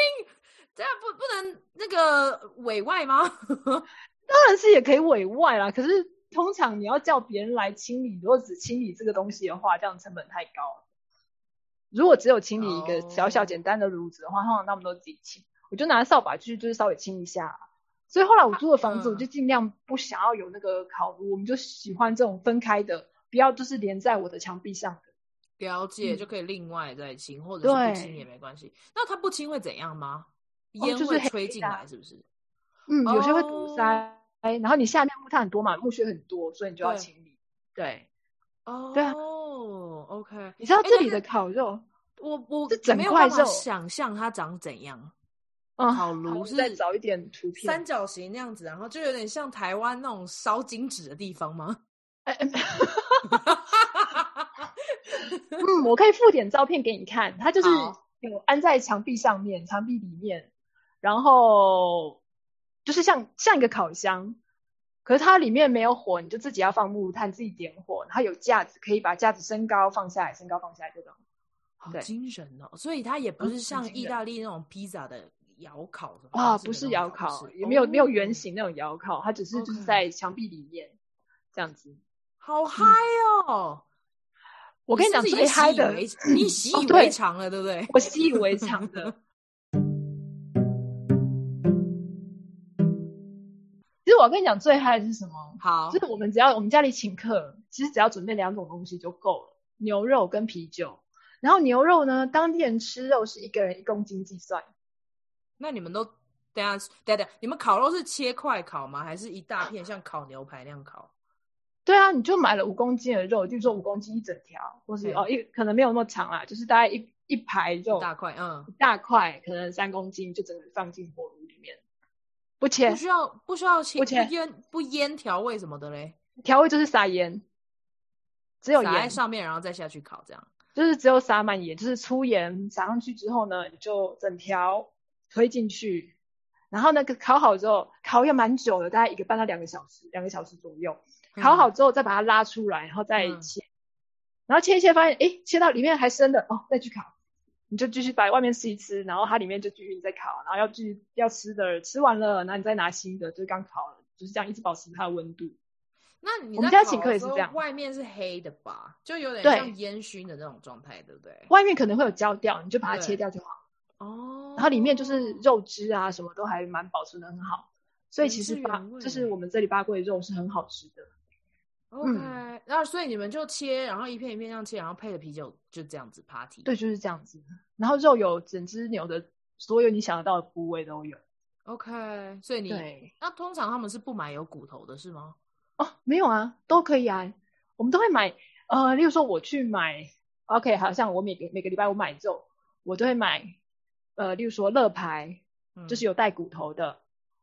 A: 这样不不能那个委外吗？ <laughs>
B: 当然是也可以委外啦，可是通常你要叫别人来清理，如果只清理这个东西的话，这样成本太高了。如果只有清理一个小
A: 哦
B: 小简单的炉子的话，通常他们都自己清，我就拿扫把去就是稍微清一下。所以后来我租的房子，
A: 嗯
B: 我就尽量不想要有那个烤炉，我们就喜欢这种分开的，不要就是连在我的墙壁上的。
A: 了解
B: 嗯
A: 就可以另外再清，或者是不清
B: 对
A: 也没关系。那它不清会怎样吗？
B: 哦
A: 烟
B: 就是
A: 会
B: 黑
A: 吹
B: 黑
A: 进
B: 的啊
A: 来是不是？
B: 嗯，有些会
A: 哦
B: 堵塞，然后你下面木炭很多嘛，木屑很多，所以你就要
A: 对
B: 清理。对，
A: 哦，
B: 对啊
A: 哦，OK，
B: 你知道
A: 哎
B: 这里
A: 但
B: 的
A: 是
B: 烤肉，
A: 我我
B: 这整
A: 没有
B: 块
A: 办法
B: 肉
A: 想象它长怎样，
B: 嗯，
A: 烤炉
B: 我
A: 是
B: 再找一点图片
A: 三角形那样子，然后就有点像台湾那种烧金纸的地方吗？
B: 哎哎嗯，我可以附点照片给你看，它就是
A: 好
B: 有安在墙壁上面，墙壁里面，然后就是像像一个烤箱，可是它里面没有火，你就自己要放木炭，自己点火，它有架子，可以把架子升高放下来，升高放下来这种。
A: 好
B: 对
A: 惊人哦！所以它也不
B: 嗯
A: 是
B: 很
A: 像
B: 惊
A: 意
B: 人
A: 大利那种披萨的窑烤什么
B: 啊，
A: 日
B: 不
A: 本
B: 是
A: 那种
B: 窑
A: 不
B: 烤，
A: 是
B: 也没有没有
A: 哦
B: 圆形那种窑烤，它只是就是
A: OK
B: 在墙壁里面这样子。
A: 好嗨
B: 嗯
A: 哦！
B: 我跟你讲
A: 是不
B: 最
A: 是
B: 嗨
A: 已经
B: 的， <laughs>
A: 习以为你习
B: 哦
A: 以
B: 对
A: 为常了，对不对？
B: <laughs> 我习以为常的。其实我跟你讲，最嗨的是什么？
A: 好
B: 就是我们只要我们家里请客，其实只要准备两种东西就够了，牛肉跟啤酒。然后牛肉呢，当地人吃肉是一个人一公斤计算，
A: 那你们都等一下等一下等一下，你们烤肉是切块烤吗？还是一大片像烤牛排那样烤？
B: 对啊，你就买了五公斤的肉，就是说五公斤一整条，或是
A: 对
B: 哦一可能没有那么长啦，就是大概一一排肉
A: 一大块，嗯，
B: 一大块，可能三公斤就整个放进火炉里面，不切
A: 不需要不需要切
B: 不
A: 不
B: 切
A: 腌不腌调味什么的嘞，
B: 调味就是撒盐，只有
A: 撒在
B: 盐，
A: 上面然后再下去烤这样。
B: 就是只有撒满盐，就是粗盐撒上去之后呢，你就整条推进去，然后呢烤好之后，烤也蛮久的，大概一个半到两个小时，两个小时左右。烤好之后再把它拉出来，然后再
A: 嗯
B: 切，然后切一切发现，诶，切到里面还生的，哦，再去烤，你就继续把外面吃一吃，然后它里面就继续再烤，然后要继续要吃的吃完了，然后你再拿新的，就是刚烤了，就是这样一直保持它的温度。
A: 那你
B: 我们
A: 在
B: 家请
A: 烤
B: 客
A: 的
B: 也
A: 时
B: 是
A: 候
B: 这样
A: 外面是黑的吧？就有点
B: 对
A: 像烟熏的那种状态，对不对？
B: 外面可能会有焦掉，你就把它切
A: 对
B: 掉就好。
A: 哦，
B: 然后里面就是肉汁啊，什么都还蛮保存的很好，所以
A: 原
B: 其实
A: 汁
B: 八
A: 原味
B: 就是我们这里八桂肉是很好吃的。
A: OK，
B: 嗯
A: 那所以你们就切，然后一片一片这样切，然后配了啤酒，就这样子 party。
B: 对，就是这样子。然后肉有整只牛的所有你想得到的部位都有。
A: ，OK，所以你
B: 对，
A: 那通常他们是不买有骨头的，是吗？
B: 哦，没有啊，都可以啊，我们都会买。呃，例如说我去买，OK，好像我每个每个礼拜我买肉，我都会买，呃，例如说乐牌，
A: 嗯
B: 就是有带骨头的，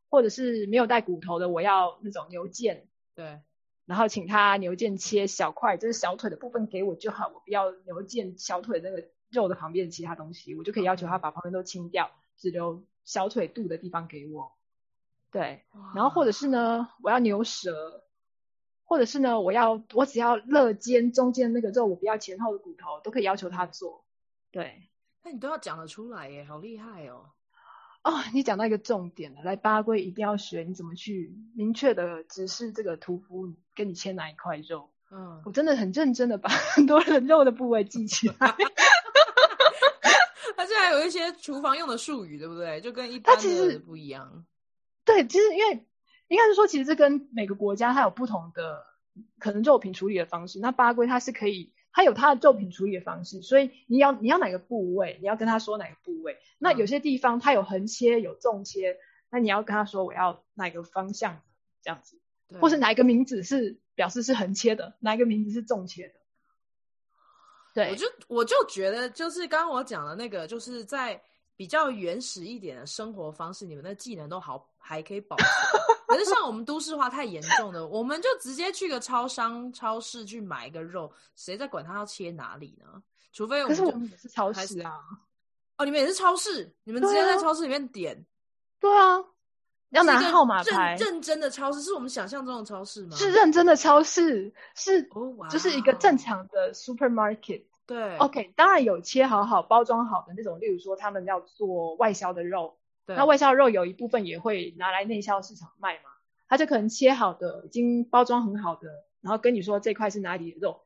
B: 或者是没有带骨头的，我要那种牛腱，
A: 对，
B: 然后请他牛腱切小块，就是小腿的部分给我就好，我不要牛腱小腿那个肉的旁边的其他东西，我就可以要求他把旁边都清掉，只留小腿肚的地方给我。对，然后或者是呢，我要牛舌，或者是呢，我要我只要肋间中间那个肉，我不要前后的骨头，都可以要求他做。对，
A: 那你都要讲得出来耶，好厉害哦。
B: 哦，你讲到一个重点了，来巴拉圭一定要学你怎么去明确的指示这个屠夫跟你切哪一块肉。
A: 嗯
B: 我，真的很认真的把 <laughs> 很多人肉的部位记起来。
A: 而且还有一些厨房用的术语，对不对？就跟一般
B: 其实
A: 的不一样。
B: 对，其实因为应该是说，其实这跟每个国家它有不同的可能肉品处理的方式。那巴龟它是可以，它有它的肉品处理的方式，所以你要你要哪个部位，你要跟他说哪个部位。那
A: 嗯
B: 有些地方它有横切，有纵切，那你要跟他说我要哪个方向这样子，
A: 对
B: 或是哪一个名字是表示是横切的，哪一个名字是纵切的。对，
A: 我就我就觉得，就是刚刚我讲的那个，就是在比较原始一点的生活方式，你们的技能都好还可以保存。可是像我们都市化太严重了，我们就直接去个超商、超市去买一个肉，谁在管它要切哪里呢？除非我
B: 可
A: 们
B: 是
A: 就
B: 我们也是超
A: 还
B: 市啊，
A: 哦，你们也是超市，你们直接
B: 对啊
A: 在超市里面点，
B: 对啊，要拿
A: 是一个
B: 号码
A: 认
B: 牌，
A: 认真的超市，是我们想象中的超市吗？
B: 是认真的超市，是
A: 哦，哇，
B: 就是一个正哦常的 supermarket。
A: 对
B: OK，当然有切好好、包装好的那种，例如说他们要做外销的肉，
A: 对
B: 那外销肉有一部分也会拿来内销市场卖嘛，他就可能切好的、已经包装很好的，然后跟你说这块是哪里的肉，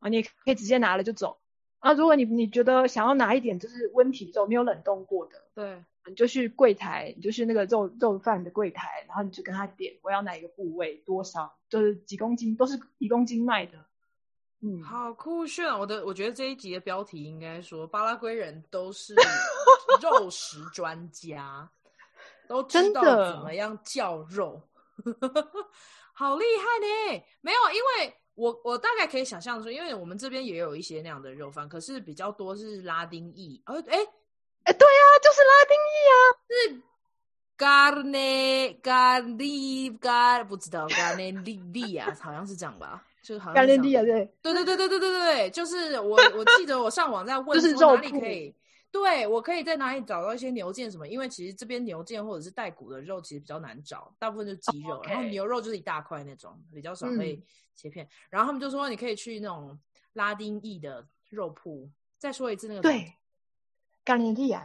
B: 啊，你也可以直接拿了就走。啊，如果你你觉得想要拿一点就是温体肉，没有冷冻过的，
A: 对
B: 你就去柜台，你就去那个肉肉贩的柜台，然后你就跟他点我要哪一个部位多少，就是几公斤，都是一公斤卖的。嗯，
A: 好酷炫啊！我的，我觉得这一集的标题应该说巴拉圭人都
B: <laughs>
A: 是肉食专家，都知
B: 真
A: 道 <laughs>
B: 的
A: 怎么样叫肉，好厉害呢！没有，因为我我大概可以想象说，因为我们这边也有一些那样的肉贩，可是比较多是拉丁裔，呃，哎
B: 哎，对啊，就是拉丁裔啊，
A: 是 carne carne car 不知道 carne li li 啊，好像是这样吧，就是好像
B: 干
A: 是这
B: 练
A: 样
B: 地啊，对，
A: 对对对对对对对对，就是我我记得我上网在问
B: 就是
A: 说
B: 肉
A: 哪里可以，对我可以在哪里找到一些牛腱什么？因为其实这边牛腱或者是带骨的肉其实比较难找，大部分就是鸡肉
B: 哦 OK 嗯
A: 然后牛肉就是一大块那种，比较少会切片。然后他们就说你可以去那种拉丁裔的肉铺。再说一次那个
B: 对，干练地啊，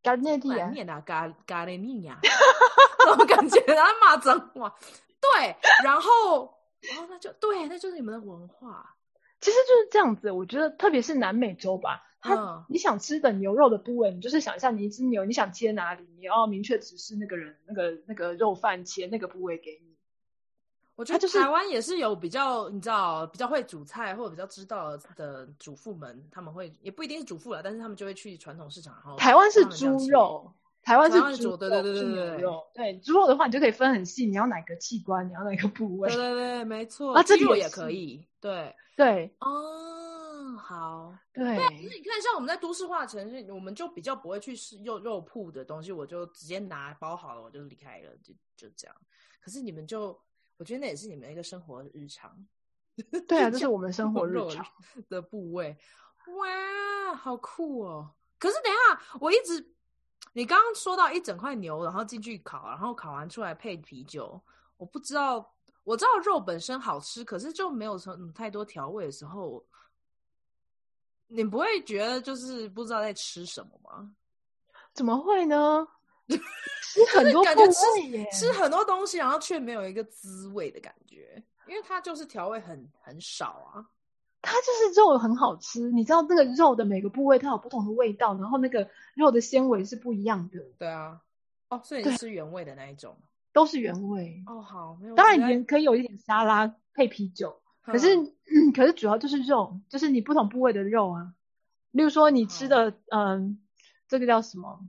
B: 干练地
A: 难
B: 啊，
A: 念啊，嘎嘎雷尼 <laughs> 亚，怎么感觉他骂脏话？对，然后然后那就对，那就是你们的文化。
B: 其实就是这样子。我觉得特别是南美洲吧，它、
A: 嗯
B: 你想吃的牛肉的部位，你就是想象你一只牛，你想切哪里，你要明确指示那个人，那个那个肉贩切那个部位给你。
A: 我觉
B: 它
A: 得
B: 就是
A: 台湾也是有比较，你知道，比较会煮菜或者比较知道的主妇们，他们会也不一定是主妇啦，但是他们就会去传统市场。然后
B: 台湾是
A: 他们这样
B: 猪
A: 切，
B: 肉，台湾是
A: 台湾是
B: 猪
A: 猪
B: 肉，
A: 对对对对
B: 不是
A: 对
B: 牛
A: 对
B: 肉。对猪肉的话，你就可以分很细，你要哪个器官，你要哪个部位
A: 对。对对，没错。
B: 啊这
A: 鸡
B: 里
A: 肉
B: 也
A: 也
B: 是
A: 可以，对
B: 对
A: 哦，好。
B: <laughs> 对
A: 可是你看，像我们在都市化城市，我们就比较不会去试肉肉铺的东西，我就直接拿包好了，我就离开了，就就这样。可是你们就，我觉得那也是你们一个生活日常。
B: 对啊，这是我们 <laughs> 生活日
A: 肉
B: 常。
A: <laughs> 的部位，哇，好酷哦！可是等一下，我一直你刚刚说到一整块牛，然后进去烤，然后烤完出来配啤酒，我不知道，我知道肉本身好吃，可是就没有什么太多调味的时候，你不会觉得就是不知道在吃什么吗？
B: 怎么会
A: <laughs>
B: 呢？吃很多
A: 感
B: 部
A: 觉吃
B: 位耶，
A: 吃很多东西，然后却没有一个滋味的感觉，因为它就是调味很很少啊。
B: 它就是肉很好吃。你知道那个肉的每个部位它有不同的味道，然后那个肉的纤维是不一样的，
A: 对啊，哦，所以你是吃原味的那一种。
B: 都是原味。
A: 哦，好，没有。
B: 当
A: 我
B: 然
A: 在
B: 也可以有一点沙拉配啤酒，可是、
A: 嗯
B: <clears throat> 可是主要就是肉，就是你不同部位的肉啊。例如说你吃的，嗯，这个叫什么？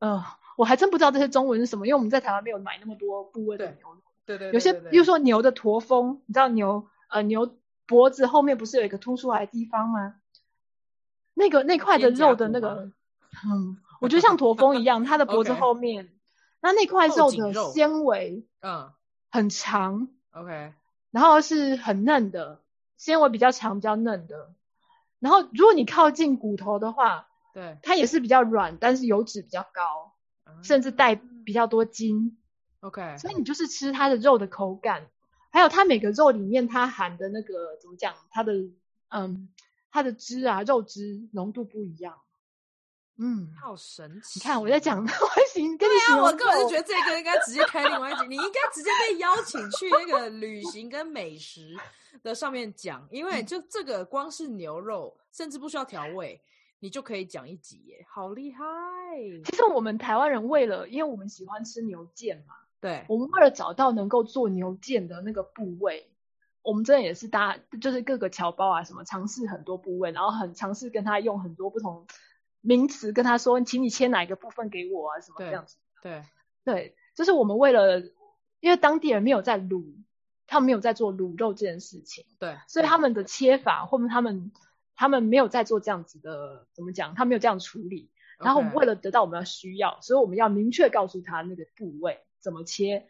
B: 呃，我还真不知道这些中文是什么，因为我们在台湾没有买那么多部位的
A: 对
B: 牛肉。
A: 对对，
B: 有些，
A: 比
B: 比如说牛的驼峰，你知道牛呃牛脖子后面不是有一个凸出来的地方吗？那个那块的
A: 肩胛
B: 肉的
A: 骨
B: 那个
A: 吗，
B: 嗯，我觉得像驼峰一样，
A: <laughs>
B: 它的脖子
A: OK
B: 后面，那那块
A: 后
B: 肉
A: 颈
B: 的
A: 肉
B: 纤维
A: 嗯
B: 很长，
A: ，OK，
B: 然后是很嫩的，纤维比较长，比较嫩的。然后如果你靠近骨头的话，
A: 对，
B: 它也是比较软，但是油脂比较高，
A: 啊
B: 甚至带比较多筋。
A: OK，
B: 所以你就是吃它的肉的口感，还有它每个肉里面它含的那个怎么讲，它的嗯它的汁啊肉汁浓度不一样。嗯，
A: 好神奇。
B: 你看我在讲，， <laughs> 我行跟你
A: 哦对
B: 形
A: 啊，
B: 容
A: 我根本就
B: 肉
A: 觉得这个应该直接开另外一集，你应该直接被邀请去那个旅行跟美食的上面讲，因
B: 嗯
A: 为就这个光是牛肉，甚至不需要调味，你就可以讲一集耶，好厉害。
B: 其实我们台湾人为了，因为我们喜欢吃牛腱嘛，
A: 对，
B: 我们为了找到能够做牛腱的那个部位，我们真的也是搭，就是各个侨胞啊什么尝试很多部位，然后很尝试跟他用很多不同名词跟他说，请你切哪一个部分给我啊什么
A: 对
B: 这样子。
A: 对，
B: 对，就是我们为了，因为当地人没有在卤，他们没有在做卤肉这件事情，
A: 对，
B: 所以他们的切法或者他们他们没有在做这样子的，怎么讲？他没有这样处理。然后我们为
A: 了
B: 了得到我们要需要，所以我们要明确告诉他那个部位怎么切。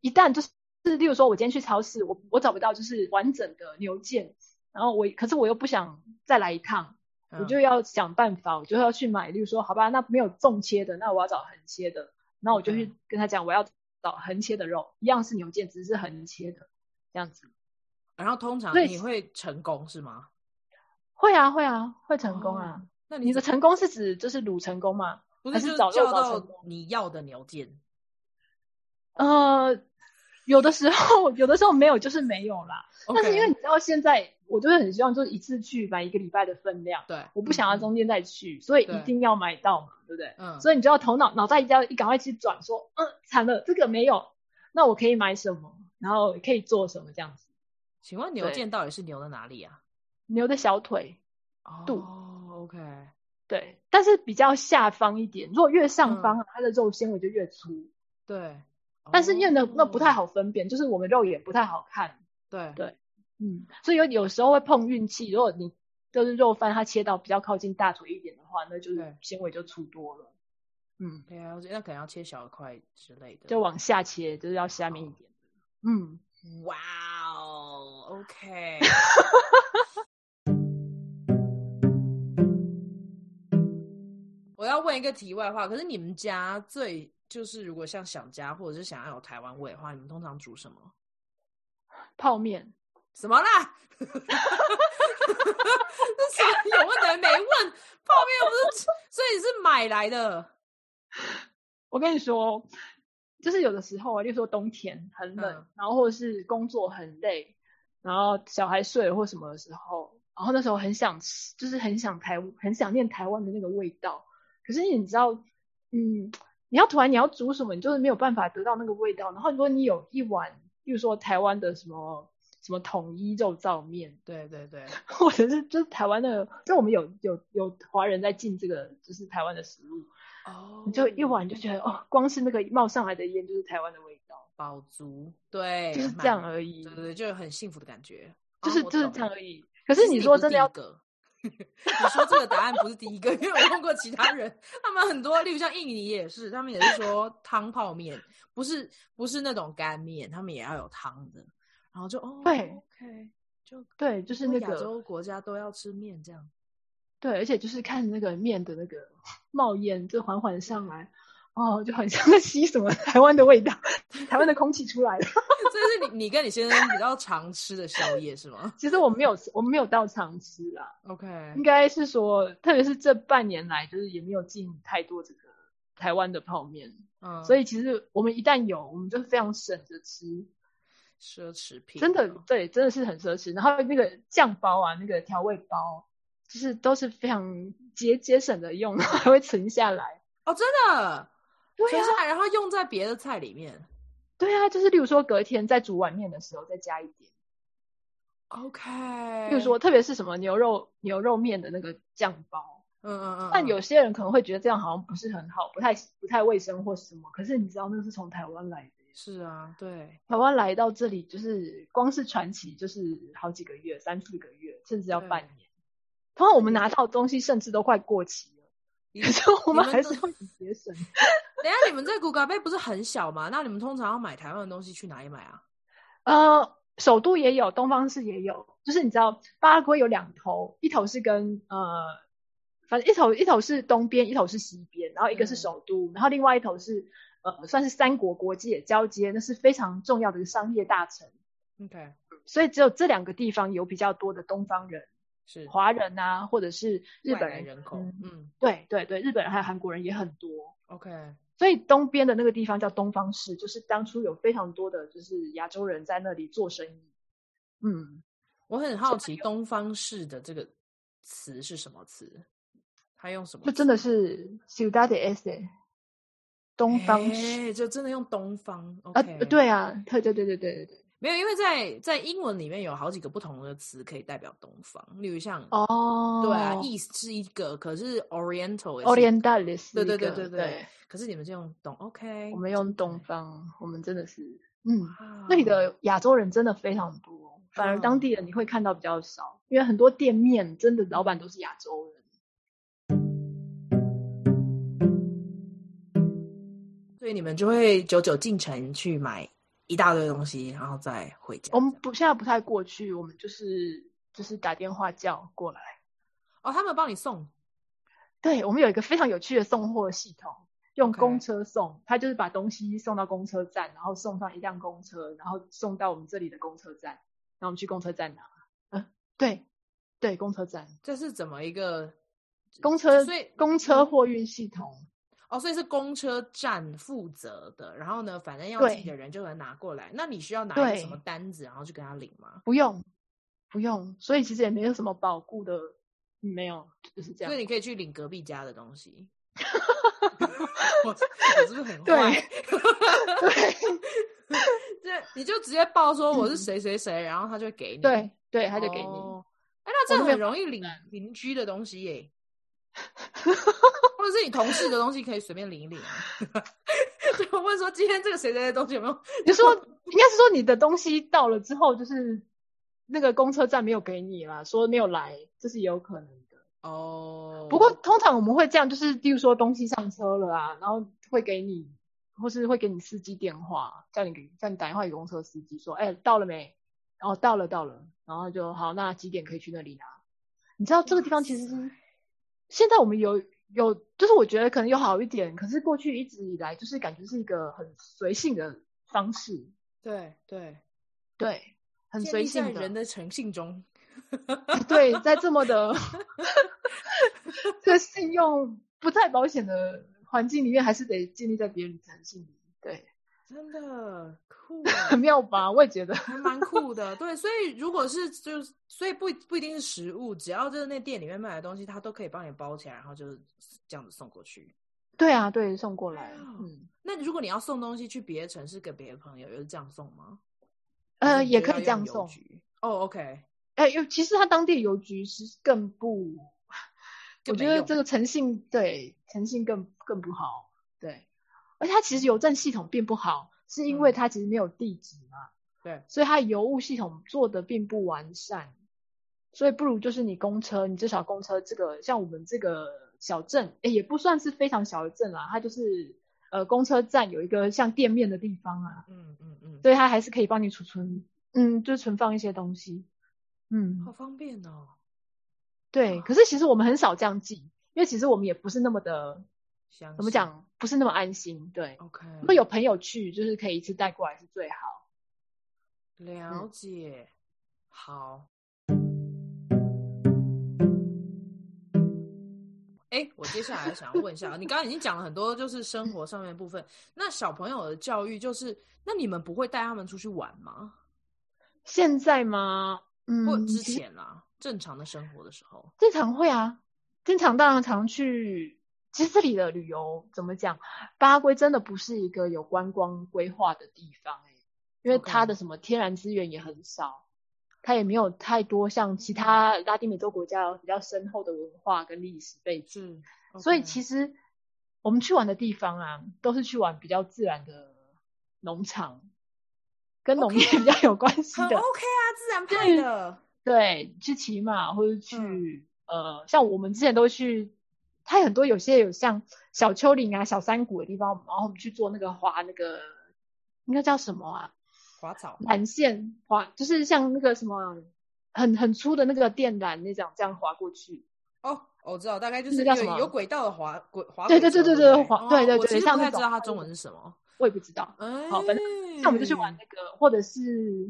B: 一旦就是，就是例如说，我今天去超市，我我找不到就是完整的牛腱，然后我可是我又不想再来一趟，
A: 嗯
B: 我就要想办法，我就要去买，例如说，好吧，那没有纵切的，那我要找横切的，那我就去跟他讲，我要找横切的肉，一样是牛腱，只是横切的，这样子。
A: 然后通常
B: 所以
A: 你会成功是吗？哦
B: 会啊，会啊，会成功啊！
A: 那
B: 你的
A: 怎
B: 成功是指就是卤成功吗？
A: 不
B: 还
A: 是
B: 是
A: 就是
B: 找肉
A: 叫
B: 找成
A: 到
B: 功
A: 你要的牛腱？
B: 呃，有的时候， <laughs> 有的时候没有就是没有啦。但是因为
A: OK
B: 你知道现在，我就是很希望就是一次去买一个礼拜的分量，
A: 对，
B: 我不想要
A: 嗯
B: 中间再去，所以
A: 对
B: 一定要买到嘛，对不对？
A: 嗯，
B: 所以你就要头脑脑袋一定要一赶快去转，说，嗯，惨了，这个没有，那我可以买什么？然后可以做什么这样子？
A: 请问牛
B: 对
A: 腱到底是牛的哪里啊？
B: 牛的小腿，肚
A: 哦，OK，
B: 对，但是比较下方一点，如果越
A: 嗯
B: 上方啊，它的肉纤维就越粗。
A: 对，
B: 但是因为那那不太
A: 哦，
B: 好分辨，就是我们肉眼不太好看，
A: 对
B: 对嗯，所以有有时候会碰运气，如果你就是肉饭它切到比较靠近大腿一点的话，那就是
A: 对
B: 纤维就粗多了。嗯，
A: 对啊，那可能要切小块之类的。
B: 就往下切，就是要下面一点。嗯，
A: 哇哦，OK。我要问一个题外话，可是你们家最就是如果像想家或者是想要有台湾味的话，你们通常煮什么？
B: 泡面，
A: 什么啦？ <laughs> 这什么有问的没问？泡面不是，所以你是买来的？
B: 我跟你说，就是有的时候啊，例如说冬天很冷，
A: 嗯
B: 然后或者是工作很累，然后小孩睡了或什么的时候，然后那时候很想吃，就是很想台，很想念台湾的那个味道。可是你知道，嗯，你要突然你要煮什么，你就是没有办法得到那个味道。然后如果你有一碗，例如说台湾的什么什么统一肉燥面，
A: 对对对，
B: 或者是就是台湾的，就我们有有有华人在进这个就是台湾的食物，
A: 哦
B: 你就一碗就觉得哦，光是那个冒上来的烟就是台湾的味道，
A: 饱足，对，
B: 就是
A: 满
B: 这样而已
A: 对，对对，就有很幸福的感觉，
B: 就是
A: 啊
B: 就是这样。
A: 我懂
B: 而已。可是
A: 其实
B: 你
A: 你
B: 说真的要
A: 不是第一个 <laughs> 你说这个答案不是第一个，因为我问过其他人，他们很多，例如像印尼也是，他们也是说汤泡面，不是不是那种干面，他们也要有汤的。然后就哦，
B: 对
A: ，OK，就
B: 对，就是
A: 因为
B: 那
A: 亚
B: 个
A: 洲国家都要吃面这样。
B: 对，而且就是看那个面的那个冒烟，就缓缓上来，哦，就很像在吸什么台湾的味道，台湾的空气出来了。
A: <laughs>
B: <laughs>
A: 这是你你跟你先生比较常吃的宵夜是吗嗯
B: 其实我没有我没有到常吃啦，
A: ？OK，
B: 应该是说，特别是这半年来，就是也没有进太多这个台湾的泡面，
A: 嗯，
B: 所
A: 以
B: 以其实我们一旦有，我们就非常省着吃。
A: 奢侈品
B: 真的
A: 啊
B: 对，真的是很奢侈。然后那个酱包啊，那个调味包，就是都是非常节节省的用， <laughs> 然后还会存下来。
A: 哦，真的，
B: 对
A: 存
B: 啊，
A: 下来然后用在别的菜里面。
B: 对啊，就是例如说隔天在煮碗面的时候再加一点，
A: OK，
B: 例如说特别是什么牛肉牛肉面的那个酱包。
A: 嗯嗯嗯，嗯
B: 但有些人可能会觉得这样好像不是很好，不太不太卫生或什么。可是你知道那是从台湾来的耶，
A: 是啊，对，
B: 台湾来到这里就是光是传奇就是好几个月，三四个月，甚至要
A: 对
B: 半年。通常我们拿到的东西甚至都快过期了。
A: 你 <laughs>
B: 可是我们
A: 你们
B: 还
A: 都
B: 是会很节省。
A: 等一下你们在古嘎贝不是很小吗？那你们通常要买台湾的东西去哪里买啊？
B: 呃，首都也有，东方市也有，就是你知道巴拉圭有两头，一头是跟呃，反正一头一头是东边，一头是西边，然后一个是
A: 嗯
B: 首都，然后另外一头是呃，算是三国国界交接，那是非常重要的一个商业大城，
A: OK，
B: 所以只有这两个地方有比较多的东方人、
A: 是
B: 华人啊，或者是日
A: 外
B: 本
A: 来
B: 人
A: 人口，
B: 嗯
A: 嗯
B: 对对对，日本人还有韩国人也很多。
A: ，OK，
B: 所以东边的那个地方叫东方市，就是当初有非常多的就是亚洲人在那里做生意。嗯，
A: 我很好奇东方式的这个词是什么词？他用什么词？
B: 就真的是 Ciudad de Este，东方市。
A: 哎就真的用东方
B: 啊，
A: 哎，OK，、，
B: 对啊，对对对对对对对，
A: 没有，因为在在英文里面有好几个不同的词可以代表东方，例如像、
B: 哦，
A: 对啊，East 是一个，可是 Oriental 也是一个
B: Orientalis，
A: 对对
B: 一个
A: 对对
B: 对
A: 对可是你们就用东，OK，啊
B: 我们用东方，我们真的是，嗯，
A: 哇
B: 那里的亚洲人真的非常多，反而当地人你会看到比较少，因为很多店面真的老板都是亚洲人。
A: 所以你们就会久久进城去买一大堆东西，然后再回家。
B: 我们不现在不太过去，我们就是就是打电话叫过来。
A: 哦，他们帮你送，
B: 对，我们有一个非常有趣的送货系统，用
A: OK
B: 公车送，它就是把东西送到公车站，然后送上一辆公车，然后送到我们这里的公车站，然后我们去公车站拿。嗯，对，对，公车站，
A: 这是怎么一个
B: 公车
A: 所以
B: 公车货运系统。
A: 哦，所以是公车站负责的，然后呢，反正要
B: 对
A: 寄的人就能拿过来。那你需要拿一个
B: 对
A: 什么单子，然后去跟他领吗？
B: 不用，不用，所以其实也没有什么保固的，嗯没有，就是这
A: 所以
B: 样。
A: 你可以去领隔壁家的东
B: <laughs>
A: 西。我我是不是很坏？ <laughs>
B: <laughs>
A: 对，你就直接报说我是谁谁谁，然后他就给你，
B: 嗯对，对，他就给你。
A: 哦哎、那这
B: 我都
A: 样
B: 没有
A: 很容易
B: 啊
A: 领邻居的东西耶，或者是你同事的东西可以随便领一领啊。 <laughs> 就问说今天这个谁谁的东西有没有？
B: 你说应该是说你的东西到了之后，就是那个公车站没有给你啦，说没有来，这是有可能的。
A: 哦，
B: 不过通常我们会这样，就是例如说东西上车了啊，然后会给你，或是会给你司机电话，叫你给叫你打电话给公车司机说，哎、到了没？哦，到了到了，然后就好，那几点可以去那里拿？你知道这个地方其实是现在我们有有，就是我觉得可能有好一点，可是过去一直以来就是感觉是一个很随性的方式，
A: <laughs> 对对，
B: 对，很
A: 建
B: 随
A: 立在
B: 性的
A: 人的诚信中，
B: 对，在这么的这个信用不太保险的环境里面，还是得建立在别人诚信里。对，
A: 真的
B: <laughs>
A: 酷
B: 很
A: 欸，
B: 妙吧？我也觉得，
A: 还蛮酷的。对，所以如果是就是，所以不不一定是食物，只要就是那店里面卖的东西，它都可以帮你包起来，然后就是这样子送过去。
B: 对啊，对，送过来，
A: 哇哦
B: 嗯，
A: 那如果你要送东西去别的城市给别的朋友，也是这样送吗？还
B: 呃，
A: 是你
B: 也
A: 就
B: 可
A: 要
B: 以这样
A: 用邮
B: 送。
A: 局。哦，OK、o k
B: 哎、因为其实他当地邮局是更不，我
A: 更没
B: 觉得
A: 用
B: 这个诚信对诚信更更不好，对，而且它其实邮政系统并不好，是因为
A: 嗯
B: 它其实没有地址嘛，
A: 对，
B: 所以它邮务系统做的并不完善，所以不如就是你公车，你至少公车这个像我们这个小镇，哎，也不算是非常小的镇啦，它就是呃公车站有一个像店面的地方啊，
A: 嗯嗯嗯，
B: 所以它还是可以帮你储存，嗯，就存放一些东西，嗯
A: 好。方便哦。
B: 对，可是其实我们很少这样记，因为其实我们也不是那么的
A: 相
B: 怎么
A: 信
B: 讲，不是那么安心。对，
A: ？OK，
B: 如果有朋友去，就是可以一次带过来是最好。嗯
A: 了解。好。哎，我接下来想要问一下，你刚刚已经讲了很多就是生活上面的部分，那小朋友的教育就是，那你们不会带他们出去玩吗？
B: 现在吗？
A: 或
B: 嗯，
A: 之
B: 其实
A: 前啦，正常的生活的时候，
B: 经常会啊，经常当然常去。其实这里的旅游怎么讲，巴拉圭真的不是一个有观光规划的地方、欸、因为
A: OK
B: 它的什么天然资源也很少，它也没有太多像其他拉丁美洲国家有比较深厚的文化跟历史背景。
A: 是，
B: 所以其
A: 实
B: 实我们去玩的地方啊，都是去玩比较自然的农场，跟农业 <laughs>
A: OK 啊
B: 比较有关系
A: 很
B: 的。
A: OK 啊，自然派的，
B: 对，去骑马或者去、
A: 嗯
B: 呃，像我们之前都去，它有很多有些有像小丘陵啊、小山谷的地方，然后我们去做那个滑那个应该叫什么啊？
A: 滑草，
B: 缆线滑，就是像那个什么很很粗的那个电缆那种，这样滑过去。
A: 哦，我知道，大概就
B: 那
A: 是
B: 叫
A: 有
B: 什么
A: 有轨道的滑轨滑轨
B: 对
A: 车，
B: 对对对
A: 对不
B: 对滑
A: 哦
B: 对对
A: 我其
B: 对
A: 实
B: 像
A: 不
B: 那
A: 太知
B: 种
A: 道它中文是什么。
B: 我也不知道，
A: 哎，
B: 好反那我们就去
A: 嗯
B: 玩那个，或者是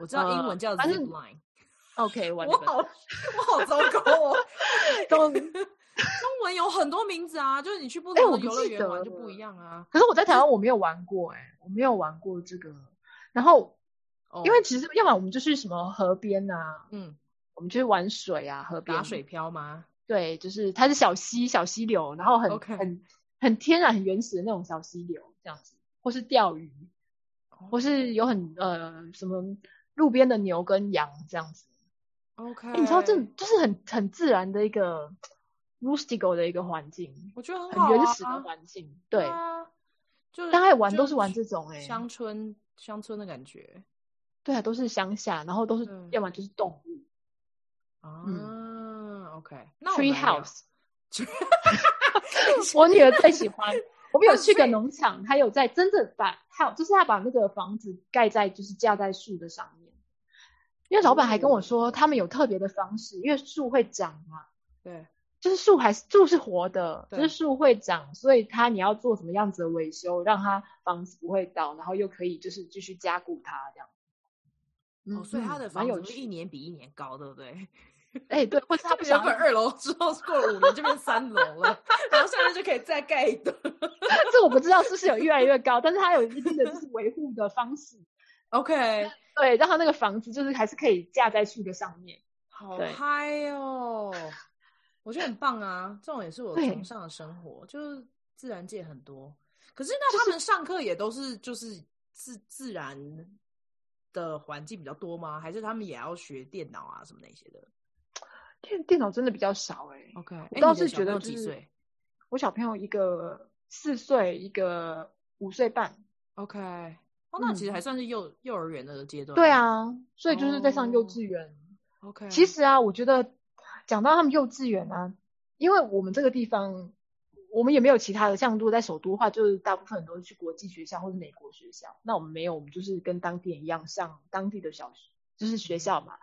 A: 我知道英文
B: 呃
A: 叫
B: 反正
A: zip line，
B: OK，玩
A: 我
B: 那个
A: 好我好糟糕哦。
B: 都。
A: <laughs> 中文有很多名字啊，就是你去不
B: 哎
A: 同
B: 我
A: 的
B: 不
A: 游乐
B: 记
A: 园
B: 得
A: 玩就
B: 了
A: 不一样啊。
B: 可是我在台湾我没有玩过、欸，哎，我没有玩过这个。然后，
A: 哦
B: 因为其实要么我们就去什么河边啊，
A: 嗯，
B: 我们就去玩水啊，河边
A: 打水，漂吗？
B: 对，就是它是小溪小溪流，然后很
A: OK
B: 很很天然很原始的那种小溪流这样子，或是钓鱼，
A: 哦
B: 或是有很呃什么路边的牛跟羊这样子。
A: OK，、
B: 欸你知道这就是很很自然的一个 rustical 的一个环境，
A: 我觉得很好、啊、
B: 很原始的环境。对，
A: 啊，就是
B: 大概玩
A: 就
B: 都是玩这种哎、
A: 乡村乡村的感觉
B: 对啊，都是乡下，然后都是
A: 嗯
B: 要么就是动物
A: 啊。OK，那我啊们
B: 嗯，tree
A: 来聊
B: house。我女儿最喜欢。我们有去个
A: 很 free
B: 农场，她有在真的把，还有就是她把那个房子盖在就是架在树的上面，因为老板还
A: 哦
B: 跟我说他们有特别的方式，因为树会长嘛，
A: 对
B: 就是树还是树是活的，
A: 对
B: 就是树会长，所以它你要做什么样子的维修，让它房子不会倒，然后又可以就是继续加固它这样。嗯
A: 哦，所以他的
B: 蛮
A: 房
B: 有
A: 子是一
B: 趣，
A: 年比一年高，对不对？
B: 哎、对，或是他不
A: 原
B: 想
A: 本二楼之后过了五年就变三楼 <laughs> 了，然后下面就可以再盖一栋。
B: 这我不知道是不是有越来越高，但是它有一定的就是维护的方式，
A: OK，
B: 对，让它那个房子就是还是可以架在树的上面。
A: 好
B: 对
A: 嗨哦！我觉得很棒啊，这种也是我
B: 对
A: 崇尚的生活，就是自然界很多。可是那他们上课也都是就是自自然的环境比较多吗？还是他们也要学电脑啊什么那些的
B: 电电脑真的比较少哎、
A: ？OK，
B: 我倒是觉得
A: 几
B: 就是
A: 岁
B: 我小朋友一个四岁，一个五岁半，
A: ？OK，哦，那其实还算是幼幼儿园的阶段。
B: 对啊，所以就是在上
A: 哦
B: 幼稚园。
A: ，OK，
B: 其实啊，我觉得讲到他们幼稚园啊，因为我们这个地方，我们也没有其他的，像如果在首都的话，就是大部分人都是去国际学校或者美国学校。那我们没有，我们就是跟当地人一样上当地的小学，就是学校嘛。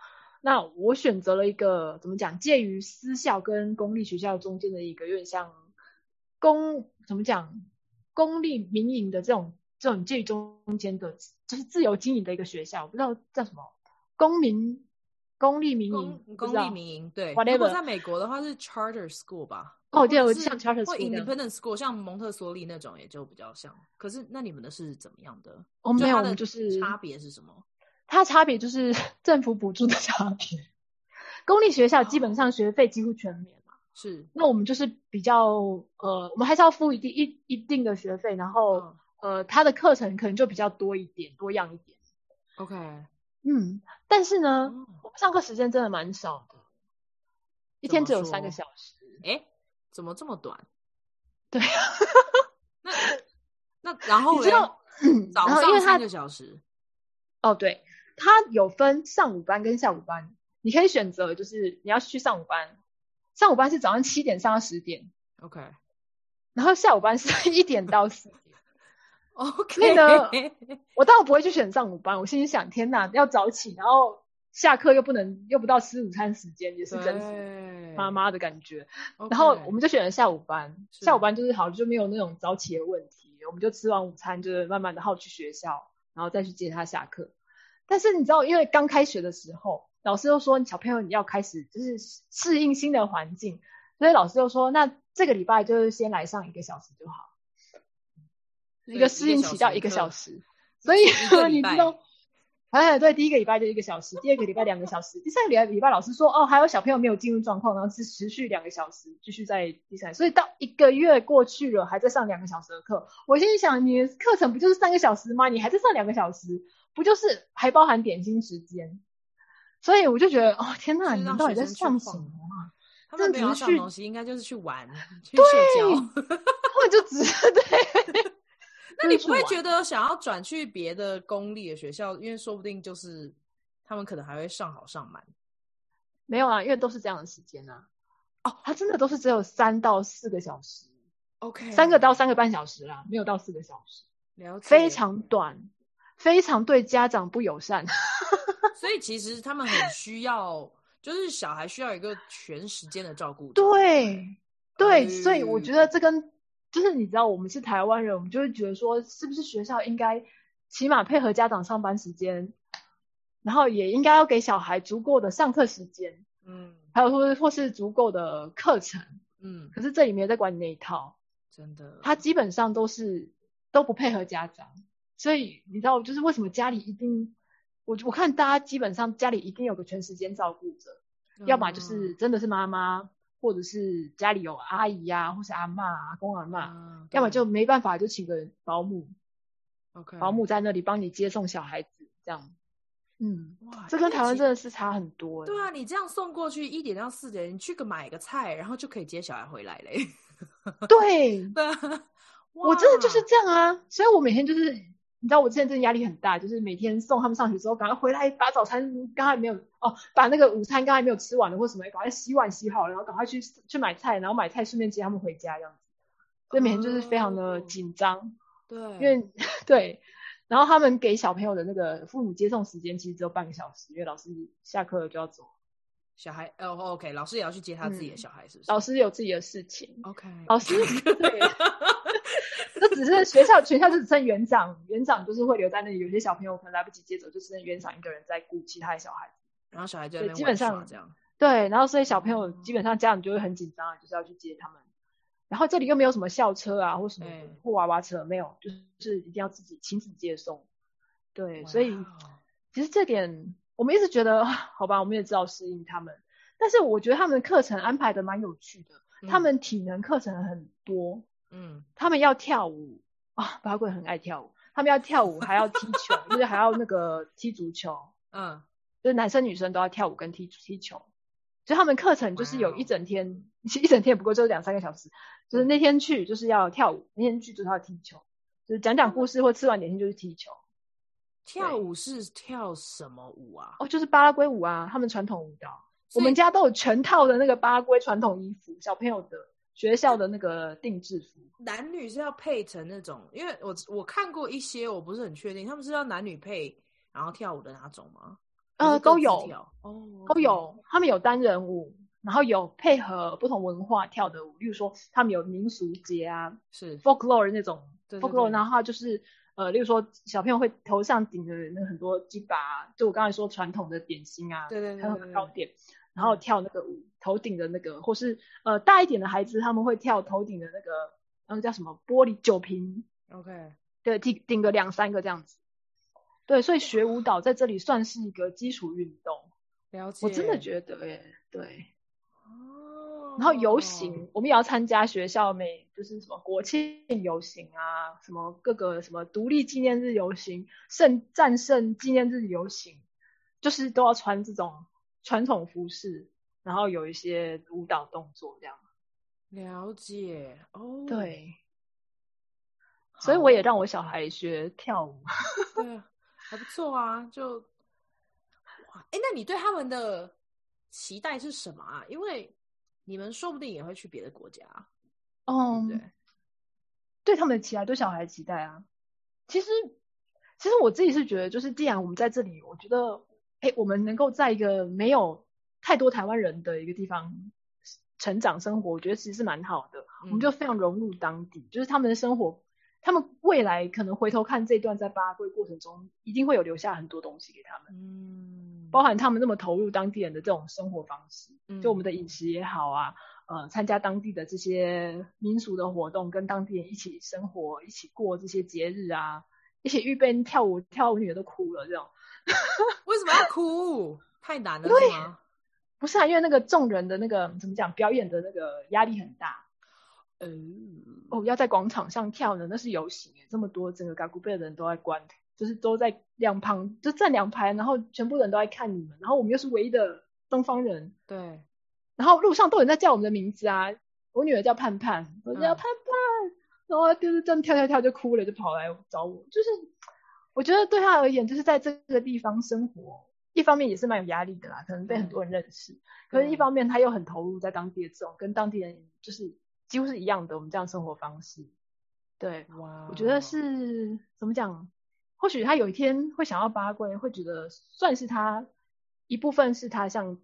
B: 那我选择了一个怎么讲，介于私校跟公立学校中间的一个，有点像公怎么讲，公立民营的这种这种介于中间的，就是自由经营的一个学校，我不知道叫什么，公民公立民营
A: 公
B: 嗯不知
A: 公
B: 道
A: 立民营对。
B: Whatever
A: 如果在美国的话是 charter school 吧？
B: 哦，对，
A: 或
B: 我
A: 者
B: 就是像 charter
A: 或
B: school 这样
A: independent school，像蒙特梭利那种也就比较像。可是那你们的是怎么样的？
B: 哦，没有，
A: 它
B: 我
A: 的
B: 们就是
A: 差别是什么？
B: 它的差别就是 <laughs> 政府补助的差别。公立学校基本上学费几乎全免嘛，
A: 是
B: 那我们就是比较呃，我们还是要付一定一一定的学费，然后、
A: 嗯
B: 呃，它的课程可能就比较多一点，多样一点。
A: ，OK，
B: 嗯，但是呢，
A: 哦
B: 我们上课时间真的蛮少的，一天只有三个
A: 怎
B: 小时。
A: 哎，怎么这么短？
B: 对，
A: 那那然后
B: 你
A: 嘞
B: 知道
A: 早
B: 然后因为
A: 上
B: 它
A: 三个小时，
B: 哦，对，它有分上午班跟下午班，你可以选择就是你要去上午班，上午班是早上七点上到十点，
A: OK
B: 然后下午班是 <laughs> 一点到四点。
A: OK，
B: 呢我当然不会去选上午班，我心里想，天哪，要早起，然后下课又不能又不到吃午餐时间，也是真是
A: 对
B: 妈妈的感觉。
A: OK
B: 然后我们就选了下午班，
A: 是
B: 下午班就是好就没有那种早起的问题，我们就吃完午餐就是慢慢的后去学校，然后再去接他下课。但是你知道，因为刚开学的时候，老师又说小朋友你要开始就是适应新的环境，所以老师就说那这个礼拜就是先来上一个小时就好，
A: 对
B: 一个适应期到一
A: 一个
B: 个
A: 小
B: 小
A: 时
B: 时，所以
A: 一个礼
B: <laughs> 你
A: 拜
B: 知道。哎，对，第一个礼拜就一个小时，第二个礼拜两个小时，第三个礼拜礼拜老师说哦，还有小朋友没有进入状况，然后是持续两个小时，继续在第三，所以到一个月过去了，还在上两个小时的课。我心里想，你的课程不就是三个小时吗？你还在上两个小时，不就是还包含点心时间？所以我就觉得，哦，天呐，
A: 就是
B: 你
A: 让
B: 们到底
A: 学
B: 在
A: 生去
B: 上什
A: 晃
B: 么啊？ <laughs>
A: 他们
B: 这
A: 没
B: 只
A: 有要
B: 是
A: 上
B: 去
A: 东西，应该就是去玩去社交。
B: 或者就只是对， <laughs>
A: 那你不会
B: 就是玩
A: 觉得想要转去别的公立的学校，因为说不定就是他们可能还会上好上满。
B: 没有啊？因为都是这样的时间啊。
A: 哦，
B: 它真的都是只有三到四个小时，
A: OK，
B: 三个到三个半小时啦，没有到四个小时。
A: 了解，
B: 非。常短，非常对家长不友善。 <laughs>
A: 所以其实他们很需要，就是小孩需要一个全时间的照顾者。
B: 对，哎对，
A: 嗯
B: 所以我觉得这跟就是你知道，我们是台湾人，我们就会觉得说，是不是学校应该起码配合家长上班时间，然后也应该要给小孩足够的上课时间，
A: 嗯
B: 还有或或是足够的课程。
A: 嗯，
B: 可是这里没有在管你那一套，
A: 真的。
B: 他基本上都是都不配合家长，所以你知道，就是为什么家里一定，我我看大家基本上家里一定有个全时间照顾者，
A: 嗯
B: 要么就是真的是妈妈，或者是家里有阿姨啊，或是阿嬷、阿公、阿嬷，
A: 嗯，
B: 啊要么就
A: 对
B: 没办法就请个保姆，
A: OK
B: 保姆在那里帮你接送小孩子这样。嗯，
A: 哇，
B: 这跟台湾
A: 这
B: 真的是差很多欸。
A: 对啊，你这样送过去一点到四点，你去个买个菜，然后就可以接小孩回来嘞。 <laughs>
B: 对，
A: 对啊，
B: 我真的就是
A: 哇
B: 这样啊，所以我每天就是，你知道我之前真的压力很大，就是每天送他们上学之后，赶快回来把早餐刚才没有哦，把那个午餐刚才没有吃完的或什么，赶快洗碗洗好了，然后赶快去去买菜，然后买菜顺便接他们回家这样子，所以每天就是非常的
A: 哦
B: 紧张，
A: 对，
B: 因为 <laughs> 对，然后他们给小朋友的那个父母接送时间其实只有半个小时，因为老师下课了就要走，
A: 小孩哦，OK，老师也要去接他自己的小孩，是不是？
B: 嗯老师有自己的事情，
A: OK，
B: 老 <laughs> 师对，就只是学校全校就只剩园长，园长就是会留在那里，有些小朋友可能来不及接走，就只剩园长一个人在顾其他的小孩子。
A: 然后小孩就在
B: 对
A: 那边
B: 基本
A: 玩耍
B: 上
A: 这样，
B: 对，然后所以小朋友基本上家长就会很紧张，啊就是要去接他们。然后这里又没有什么校车啊，或什么的
A: 对
B: 或娃娃车，没有，就是一定要自己亲自接送。对，所以
A: 哇哦
B: 其实这点我们一直觉得，啊好吧，我们也只好适应他们。但是我觉得他们的课程安排的蛮有趣的，他
A: 嗯
B: 们体能课程很多，
A: 嗯，
B: 他们要跳舞啊，八卦很爱跳舞，他们要跳舞，还要踢球，就是还要那个踢足球，
A: 嗯，
B: 就是男生女生都要跳舞跟踢踢球。所以他们课程就是有
A: 哇哦
B: 一整天，其实一整天也不过就是两三个小时，就是那天去就是要跳舞，那天去就是要踢球，就是讲讲故事或吃完点心就是踢球。
A: 跳舞是跳什么舞啊？
B: 哦，就是巴拉圭舞啊，他们传统舞蹈。我
A: 所以
B: 们家都有全套的那个巴拉圭传统衣服，小朋友的学校的那个定制服。
A: 男女是要配成那种，因为我我看过一些，我不是很确定，他们是要男女配然后跳舞的哪种吗？还
B: 呃
A: 是各
B: 都
A: 自
B: 有
A: 跳哦，
B: 都有，他们有单人舞，然后有配合不同文化跳的舞，例如说他们有民俗节啊
A: 是
B: ，folklore 那种
A: 对对
B: folklore，
A: 对
B: 然后它就是呃，例如说小朋友会头上顶着那个很多鸡巴啊、就我刚才说传统的点心啊，
A: 对对对
B: 还有
A: 对对
B: 糕点，然后跳那个舞，头顶的那个，或是呃大一点的孩子他们会跳头顶的那个，嗯叫什么玻璃酒瓶，
A: OK，
B: 对，顶顶个两三个这样子。对，所以学舞蹈在这里算是一个基础运动。
A: 了解。
B: 我真的觉得耶，对。
A: 哦
B: 然后游行，我们也要参加学校每就是什么国庆游行啊，什么各个什么独立纪念日游行、胜战胜纪念日游行，就是都要穿这种传统服饰，然后有一些舞蹈动作这样。
A: 了解哦，
B: 对，
A: 好，
B: 所以我也让我小孩学跳舞。
A: 对啊，还不错啊，就哇，哎，那你对他们的期待是什么啊？因为你们说不定也会去别的国家，对
B: <laughs> 嗯
A: 不对？
B: 对他们的期待，对小孩的期待啊。其实，其实我自己是觉得，就是既然我们在这里，我觉得，哎，我们能够在一个没有太多台湾人的一个地方成长生活，我觉得其实是蛮好的。我们就非常融入当地，就是他们的生活，他们未来可能回头看这段在巴拉圭过程中，一定会有留下很多东西给他们，
A: 嗯，
B: 包含他们那么投入当地人的这种生活方式。
A: 嗯
B: 就我们的饮食也好啊，呃，参加当地的这些民俗的活动，跟当地人一起生活，一起过这些节日啊，一起预备跳舞，跳舞女儿都哭了这种。
A: 为什么要哭？太难了，是
B: 对
A: 吗？
B: 不是啊，因为那个众人的那个怎么讲，表演的那个压力很大呃
A: 嗯，
B: 哦，要在广场上跳呢，那是游行欸耶，这么多整个嘎古贝的人都在观，就是都在两旁就站两排，然后全部人都在看你们，然后我们又是唯一的东方人，
A: 对，
B: 然后路上都有人在叫我们的名字啊，我女儿叫盼盼，我
A: 嗯
B: 叫盼盼，然后就是这样跳跳跳就哭了，就跑来找我。就是我觉得对她而言，就是在这个地方生活，一方面也是蛮有压力的啦，可能
A: 嗯
B: 被很多人认识，可是一方面她又很投入在当地的这种跟当地人就是几乎是一样的我们这样生活方式。对，
A: 哇，哦
B: 我觉得是怎么讲？或许他有一天会想要八卦，会觉得算是他一部分是他像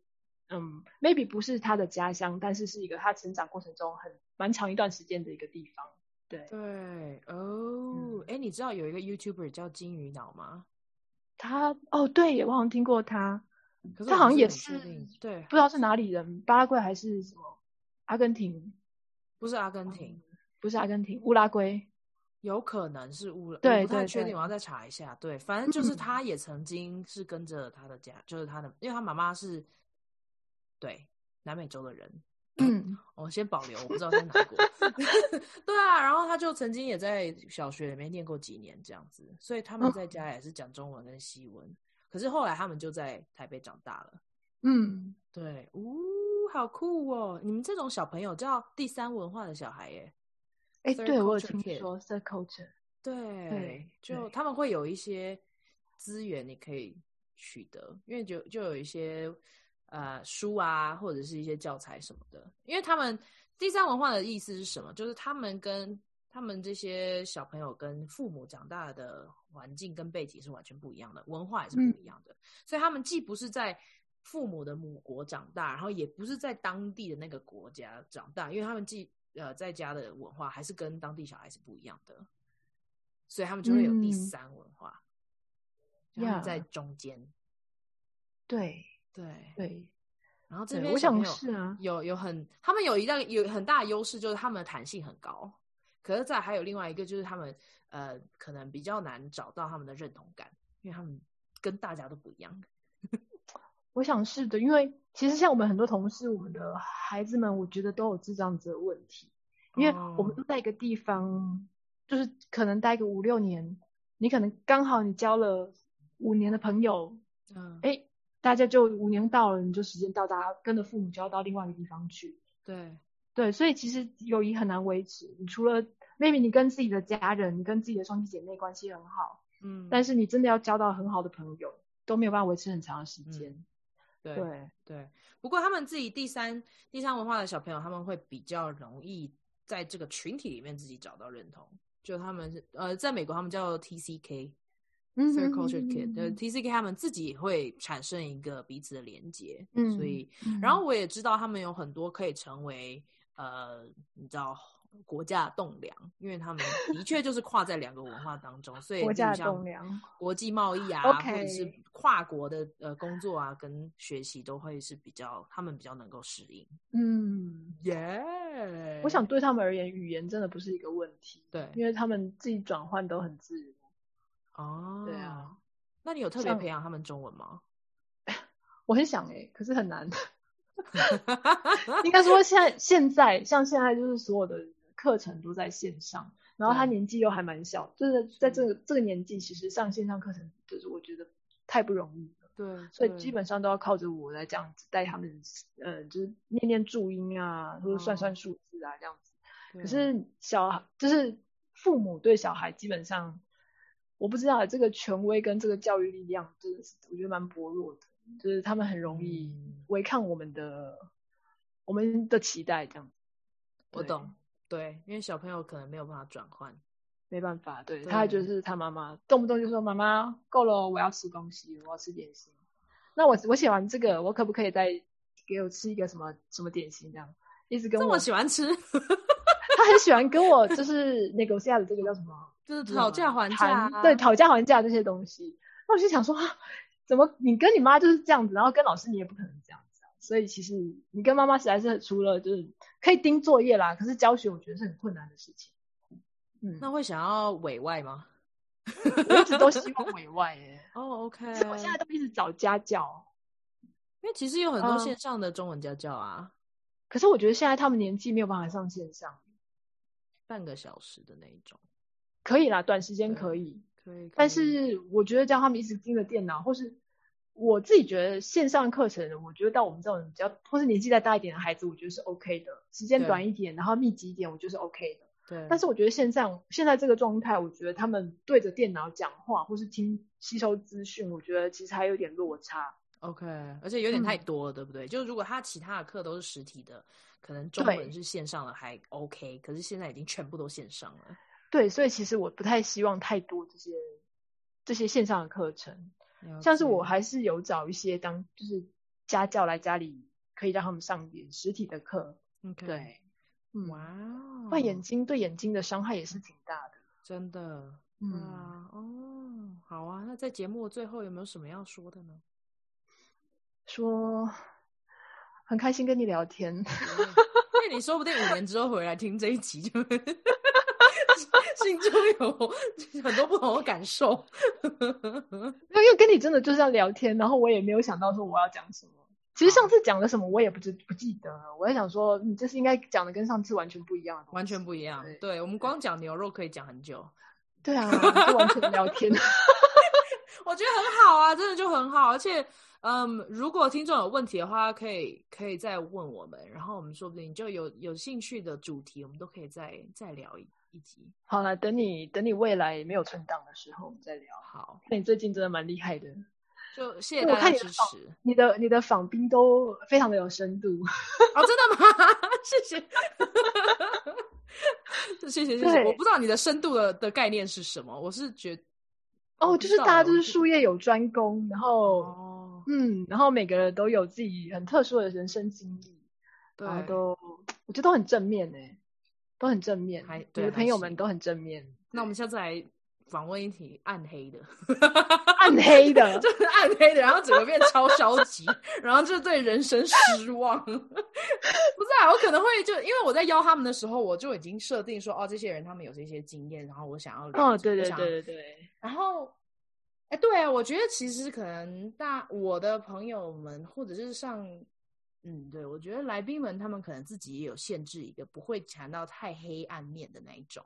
B: 嗯，maybe 不是他的家乡，但是是一个他成长过程中很蛮长一段时间的一个地方。对，
A: 对
B: 嗯
A: 哦，哎、你知道有一个 YouTuber 叫金鱼脑吗？
B: 他哦，对，我好像听过他，
A: 可是
B: 他
A: 我
B: 嗯好
A: 不
B: 像也
A: 很确
B: 是
A: 定对
B: 不，知道是哪里人，巴拉圭还是什么阿根廷？
A: 不是阿根廷，
B: 不是阿根廷，乌拉圭。
A: 有可能是乌了，
B: 对
A: 我不太
B: 对
A: 确定，
B: 对
A: 我要再查一下。对，反正就是
B: 嗯
A: 他也曾经是跟着他的家，就是他的，因为他妈妈是对南美洲的人，
B: 嗯，
A: 我先保留，我不知道在哪国。 <laughs> 对啊，然后他就曾经也在小学里面念过几年这样子，所以他们
B: 嗯
A: 在家也是讲中文跟西文。可是后来他们就在台北长大了。
B: 嗯，
A: 对，呜、好酷哦！你们这种小朋友叫第三文化的小孩耶。
B: 哎，
A: Third
B: 对我有
A: culture
B: 听
A: kid
B: 说 third culture，
A: 对，
B: 对
A: 就
B: 对
A: 他们会有一些资源你可以取得，因为就就有一些呃书啊，或者是一些教材什么的。因为他们第三文化的意思是什么？就是他们跟他们这些小朋友跟父母长大的环境跟背景是完全不一样的，文化也
B: 嗯
A: 是不一样的，所以他们既不是在。父母的母国长大，然后也不是在当地的那个国家长大，因为他们既呃在家的文化还是跟当地小孩是不一样的，所以他们就会有第
B: 嗯
A: 三文化，就他们
B: Yeah
A: 在中间。
B: 对
A: 对，
B: 对
A: 然后这
B: 对，
A: 边
B: 我
A: 小朋
B: 想
A: 友
B: 是啊，
A: 有有很，他们有一大有很大的优势，就是他们的弹性很高。可是再还有另外一个，就是他们呃可能比较难找到他们的认同感，因为他们跟大家都不一样。
B: 嗯我想是的，因为其实像我们很多同事，我们的孩子们，我觉得都有这样子的问题，因为我们
A: 哦
B: 都在一个地方，就是可能待个五六年，你可能刚好你交了五年的朋友，
A: 嗯，
B: 哎，大家就五年到了，你就时间到，大家跟着父母就要到另外一个地方去，
A: 对，
B: 对，所以其实友谊很难维持，你除了 maybe 你跟自己的家人，你跟自己的兄弟姐妹关系很好，
A: 嗯，
B: 但是你真的要交到很好的朋友，都没有办法维持很长的时间。
A: 嗯对
B: 嗯对，
A: 对，不过他们自己第三第三文化的小朋友，他们会比较容易在这个群体里面自己找到认同。就他们是呃，在美国他们叫 TCK，
B: 嗯
A: Third
B: 哼
A: Culture
B: 嗯
A: Kid，
B: 哼
A: 呃，TCK 他们自己会产生一个彼此的连接，
B: 嗯
A: 所以，
B: 嗯
A: 然后我也知道他们有很多可以成为呃，你知道国家的栋梁，因为他们的确就是跨在两个文化当中，所以
B: 国
A: 例如
B: 家的
A: 像
B: 栋梁
A: 国际贸易啊
B: OK
A: 或者是跨国的呃工作啊，跟学习都会是比较他们比较能够适应。
B: 嗯，
A: 耶、
B: 我想对他们而言，语言真的不是一个问题，
A: 对
B: 因为他们自己转换都很自如。
A: 哦，
B: 对啊，
A: 那你有特别
B: 像
A: 培养他们中文吗？
B: 我很想哎、可是
A: <laughs>
B: 很难。应该说现在现在像现在就是所有的课程都在线上，然后他
A: 对嗯
B: 年纪又还蛮小，就是在这个这个年纪，其实上线上课程就是我觉得太不容易了，
A: 对，
B: 所以
A: 对
B: 基本上都要靠着我来这样子带他们，呃，就是念念注音啊，或者
A: 哦
B: 算算数字啊这样子。可
A: 对
B: 是小孩就是父母对小孩基本上，我不知道这个权威跟这个教育力量真的是我觉得蛮薄弱的，就是他们很容易
A: 嗯
B: 违抗我们的、我们的期待，这样
A: 我
B: 对
A: 懂，对，因为小朋友可能没有办法转换。
B: 没办法，对
A: 对
B: 他还觉得是他妈妈动不动就说妈妈够了哦，我要吃东西，我要吃点心。那我我写完这个，我可不可以再给我吃一个什么什么点心这样？一直跟
A: 这
B: 我
A: 么，喜欢吃，
B: 他很喜欢跟我就是那个我现在的这个叫什么？
A: 就是讨价还价、
B: 谈
A: 啊，
B: 对，讨价还价这些东西。那我就想说，啊怎么你跟你妈就是这样子，然后跟老师你也不可能这样子啊、所以其实你跟妈妈实在是除了就是可以盯作业啦，可是教学我觉得是很困难的事情。嗯，
A: 那会想要委外吗？
B: 我一直都希望委外耶、
A: 哦，OK、o
B: <laughs> 所以
A: k
B: 我现在都一直找家教。啊
A: 因为其实有很多
B: 嗯
A: 线上的中文家教啊，
B: 可是我觉得现在他们年纪没有办法上线上，
A: 半个小时的那一种，
B: 可以啦，短时间
A: 对
B: 可以，
A: 可以。可
B: 但
A: 以
B: 是我觉得叫他们一直盯着电脑，或是我自己觉得线上课程，我觉得到我们这种比较或是年纪再大一点的孩子，我觉得是 OK 的，时间
A: 对
B: 短一点，然后密集一点，我觉得是 OK 的。
A: 对，
B: 但是我觉得线上现在这个状态，我觉得他们对着电脑讲话或是听吸收资讯，我觉得其实还有点落差。
A: OK，而且有点太
B: 嗯
A: 多了，对不对？就如果他其他的课都是实体的，可能中
B: 对
A: 文是线上的还 OK，可是现在已经全部都线上了。
B: 对，所以其实我不太希望太多这些这些线上的课程。
A: 了
B: 像是我
A: 解
B: 还是有找一些当就是家教来家里，可以让他们上点实体的课。
A: OK，，
B: 对，嗯，
A: 哇哦，
B: 换眼睛对眼睛的伤害也是挺大的。
A: 真的，对
B: 嗯，
A: 啊，哦，好啊。那在节目最后有没有什么要说的呢？
B: 说很开心跟你聊天， <laughs>
A: 那你说不定五年之后回来听这一集，就 <laughs> 心中有 <laughs> 很多不同的感受。
B: 因为跟你真的就是要聊天，然后我也没有想到说我要讲什么。其实上次讲了什么我也不知不记得了，我在想说你这是应该讲的跟上次完全不一样的东西，
A: 完全不一样，
B: 对
A: 对我们光讲牛肉可以讲很久，
B: 对啊，就完全聊天。 <laughs>
A: 我觉得很好啊，真的就很好。而且，嗯，如果听众有问题的话，可以可以再问我们，然后我们说不定就有有兴趣的主题，我们都可以再再聊一一集。
B: 好了，等你等你未来没有存档的时候我们再聊。
A: 好，
B: 那你最近真的蛮厉害的，
A: 就谢谢
B: 我
A: 大家
B: 看你的
A: 支
B: 访
A: 持。
B: 你的你的访宾都非常的有深度， <laughs>
A: 哦，真的吗？ <laughs> 谢谢，谢谢，谢谢。
B: 对
A: 我不知道你的深度的的概念是什么，我是觉我
B: 哦，
A: 不
B: 就
A: 知
B: 是
A: 道
B: 大家
A: 欸
B: 就
A: 我
B: 是术业有专攻，然后、
A: 哦，
B: 嗯，然后每个人都有自己很特殊的人生经历，
A: 对，
B: 然后都我觉得都很正面呢、都很正面
A: 还，
B: 你
A: 对
B: 的
A: 还
B: 朋友
A: 行
B: 们都很正面，
A: <laughs> 那我们下次来访问一题暗黑的，
B: 暗黑的
A: 就，是暗黑的，然后整个变超消极，然后就对人生失望。 <laughs> 不是啊，我可能会就因为我在邀他们的时候，我就已经设定说，哦，这些人他们有这些经验，然后我想要了
B: 哦，
A: 解
B: 对
A: 我
B: 对
A: 想
B: 对对对，
A: 然后，哎，对啊，我觉得其实可能大我的朋友们，或者是上，嗯，对，我觉得来宾们他们可能自己也有限制一个，不会谈到太黑暗面的那一种。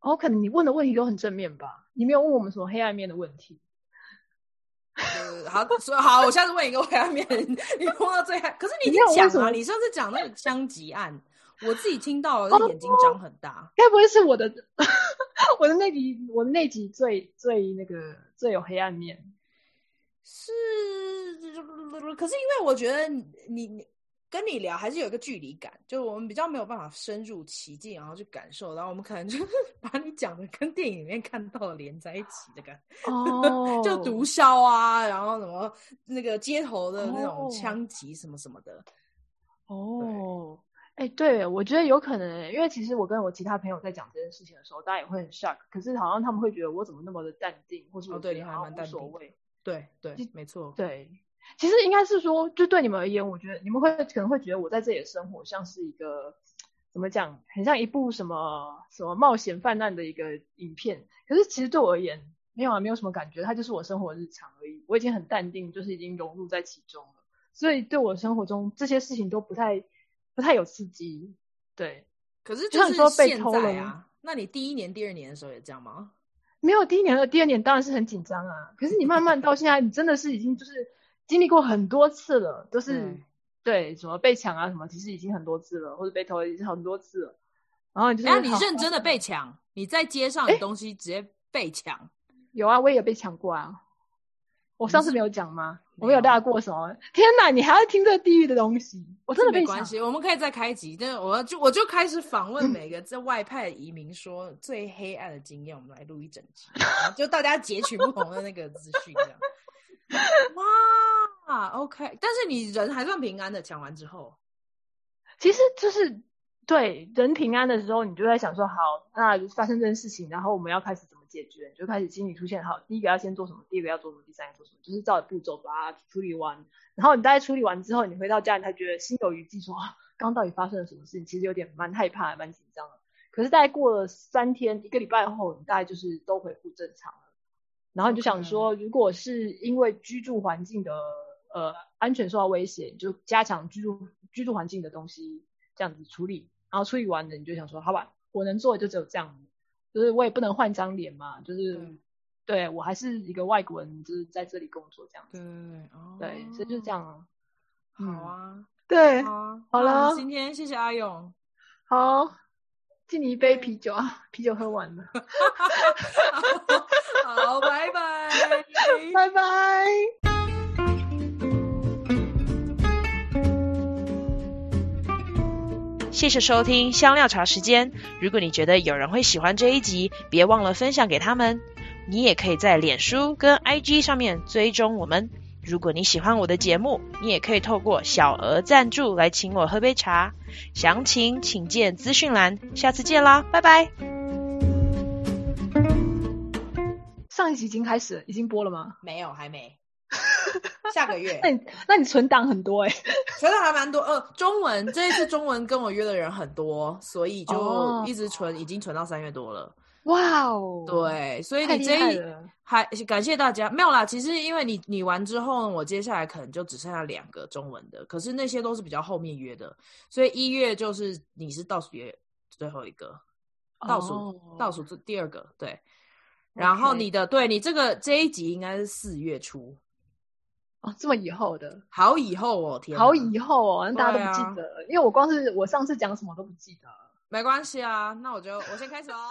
B: 哦，可能你问的问题都很正面吧，你没有问我们什么黑暗面的问题，
A: 呃好，所以好，我下次问一个黑暗面，你碰到最黑，可是你已
B: 你
A: 经
B: 有问
A: 讲
B: 什
A: 了，
B: 么
A: 你上次讲那个枪击案，我自己听到
B: 哦
A: 了，那眼睛长很大。
B: 该不会是我的 <laughs> 我的那集我的那集最最那个最有黑暗面？
A: 是，可是因为我觉得你你你跟你聊还是有一个距离感，就是我们比较没有办法深入其境，然后去感受，然后我们可能就 <laughs> 把你讲的跟电影里面看到的连在一起的感觉。
B: 哦
A: 就毒枭啊，然后什么那个街头的那种
B: 哦
A: 枪击什么什么的，
B: 哦，哎、对，我觉得有可能，因为其实我跟我其他朋友在讲这件事情的时候，大家也会很 shock，可是好像他们会觉得我怎么那么的淡定，或是
A: 哦
B: 我
A: 对
B: 觉
A: 你
B: 得
A: 还
B: 好像
A: 蛮
B: 无
A: 淡
B: 所
A: 定的
B: 谓。
A: 对对
B: 其，
A: 没错，
B: 对，其实应该是说，就对你们而言，我觉得你们会可能会觉得我在这里的生活像是一个怎么讲，很像一部什么什么冒险犯难的一个影片。可是其实对我而言，没有啊，没有什么感觉，它就是我生活日常而已。我已经很淡定，就是已经融入在其中了。所以对我生活中这些事情都不太不太有刺激。对，
A: 可是
B: 就
A: 就
B: 像
A: 是
B: 你说被
A: 现
B: 偷
A: 在
B: 了
A: 啊，那你第一年、第二年的时候也这样吗？
B: 没有第一年和第二年当然是很紧张啊。可是你慢慢到现在，你真的是已经就是经历过很多次了，都是。
A: 对
B: 对，什么被抢啊什么，其实已经很多次了，或者被偷已经很多次了。然后你就
A: 然后
B: 是
A: 哎啊你
B: 好哦
A: 认真的被抢，你在街上
B: 哎
A: 你东西直接被抢，
B: 有啊，我也有被抢过啊。我
A: 你
B: 上
A: 是
B: 次没有讲吗？
A: 没
B: 我没有
A: 有
B: 拉过什么？天哪，你还要听这地狱的东西？我真的
A: 没
B: 被
A: 关
B: 抢。嗯
A: 系，我们可以再开集。但是我要就我就开始访问每个在外派的移民，说最黑暗的经验，我们来录一整集，然后就大家截取不同的那个资讯，这样。哇，OK，但是你人还算平安的，抢完之后，
B: 其实就是对人平安的时候，你就在想说，好，那发生这件事情，然后我们要开始怎么解决？你就开始心里出现，好，第一个要先做什么，第二个要做什么，第三个要做什么，就是照着步骤把它处理完。然后你大概处理完之后，你回到家，你才觉得心有余悸，说啊，刚刚到底发生了什么事情？其实有点蛮害怕，蛮紧张的。可是大概过了三天，一个礼拜后，你大概就是都恢复正常了。然后你就想说，如果是因为居住环境的呃安全受到威胁，你就加强居住居住环境的东西这样子处理。然后处理完了，你就想说，好吧，我能做的就只有这样，就是我也不能换张脸嘛，就是、
A: 嗯
B: 对我还是一个外国人，就是在这里工作这样
A: 对
B: 子。，
A: 哦，
B: 对，所以就这样啊。
A: 好
B: 嗯
A: 啊，
B: <laughs> 对，
A: 好啊，
B: 好
A: 那我们
B: 了哦
A: 今天谢谢阿勇，
B: 好，敬你一杯啤酒啊！ <laughs> 啤酒喝完了，
A: <laughs> 好，拜拜。
B: 拜拜。
C: <laughs> 谢谢收听香料茶时间。如果你觉得有人会喜欢这一集，别忘了分享给他们。你也可以在脸书跟 IG 上面追踪我们。如果你喜欢我的节目，你也可以透过小额赞助来请我喝杯茶。详情请见资讯栏。下次见啦，拜拜。
B: 上一集已经开始了，已经播了吗？
A: 没有，还没，下个月。
B: 那你那你存档很多哎、
A: 存的还蛮多，呃，中文这一次中文跟我约的人很多，所以就
B: 哦
A: 一直存，已经存到三月多了。
B: <laughs> 哇哦，，
A: 对，所以
B: 太
A: 你
B: 厉
A: 这
B: 害
A: 一
B: 了。
A: 还感谢大家，没有啦。其实因为你你完之后，我接下来可能就只剩下两个中文的，可是那些都是比较后面约的，所以一月就是你是倒数月最后一个，倒数、
B: 哦
A: 倒数最第二个，对。然后
B: OK
A: 你的对你这个这一集应该是四月初，
B: 哦，这么以后的，
A: 好以后哦，天哪，
B: 好以后哦，那大家
A: 对
B: 都不
A: 啊
B: 记得，因为我光是我上次讲什么都不记得。
A: 没关系啊，那我就我先开始哦。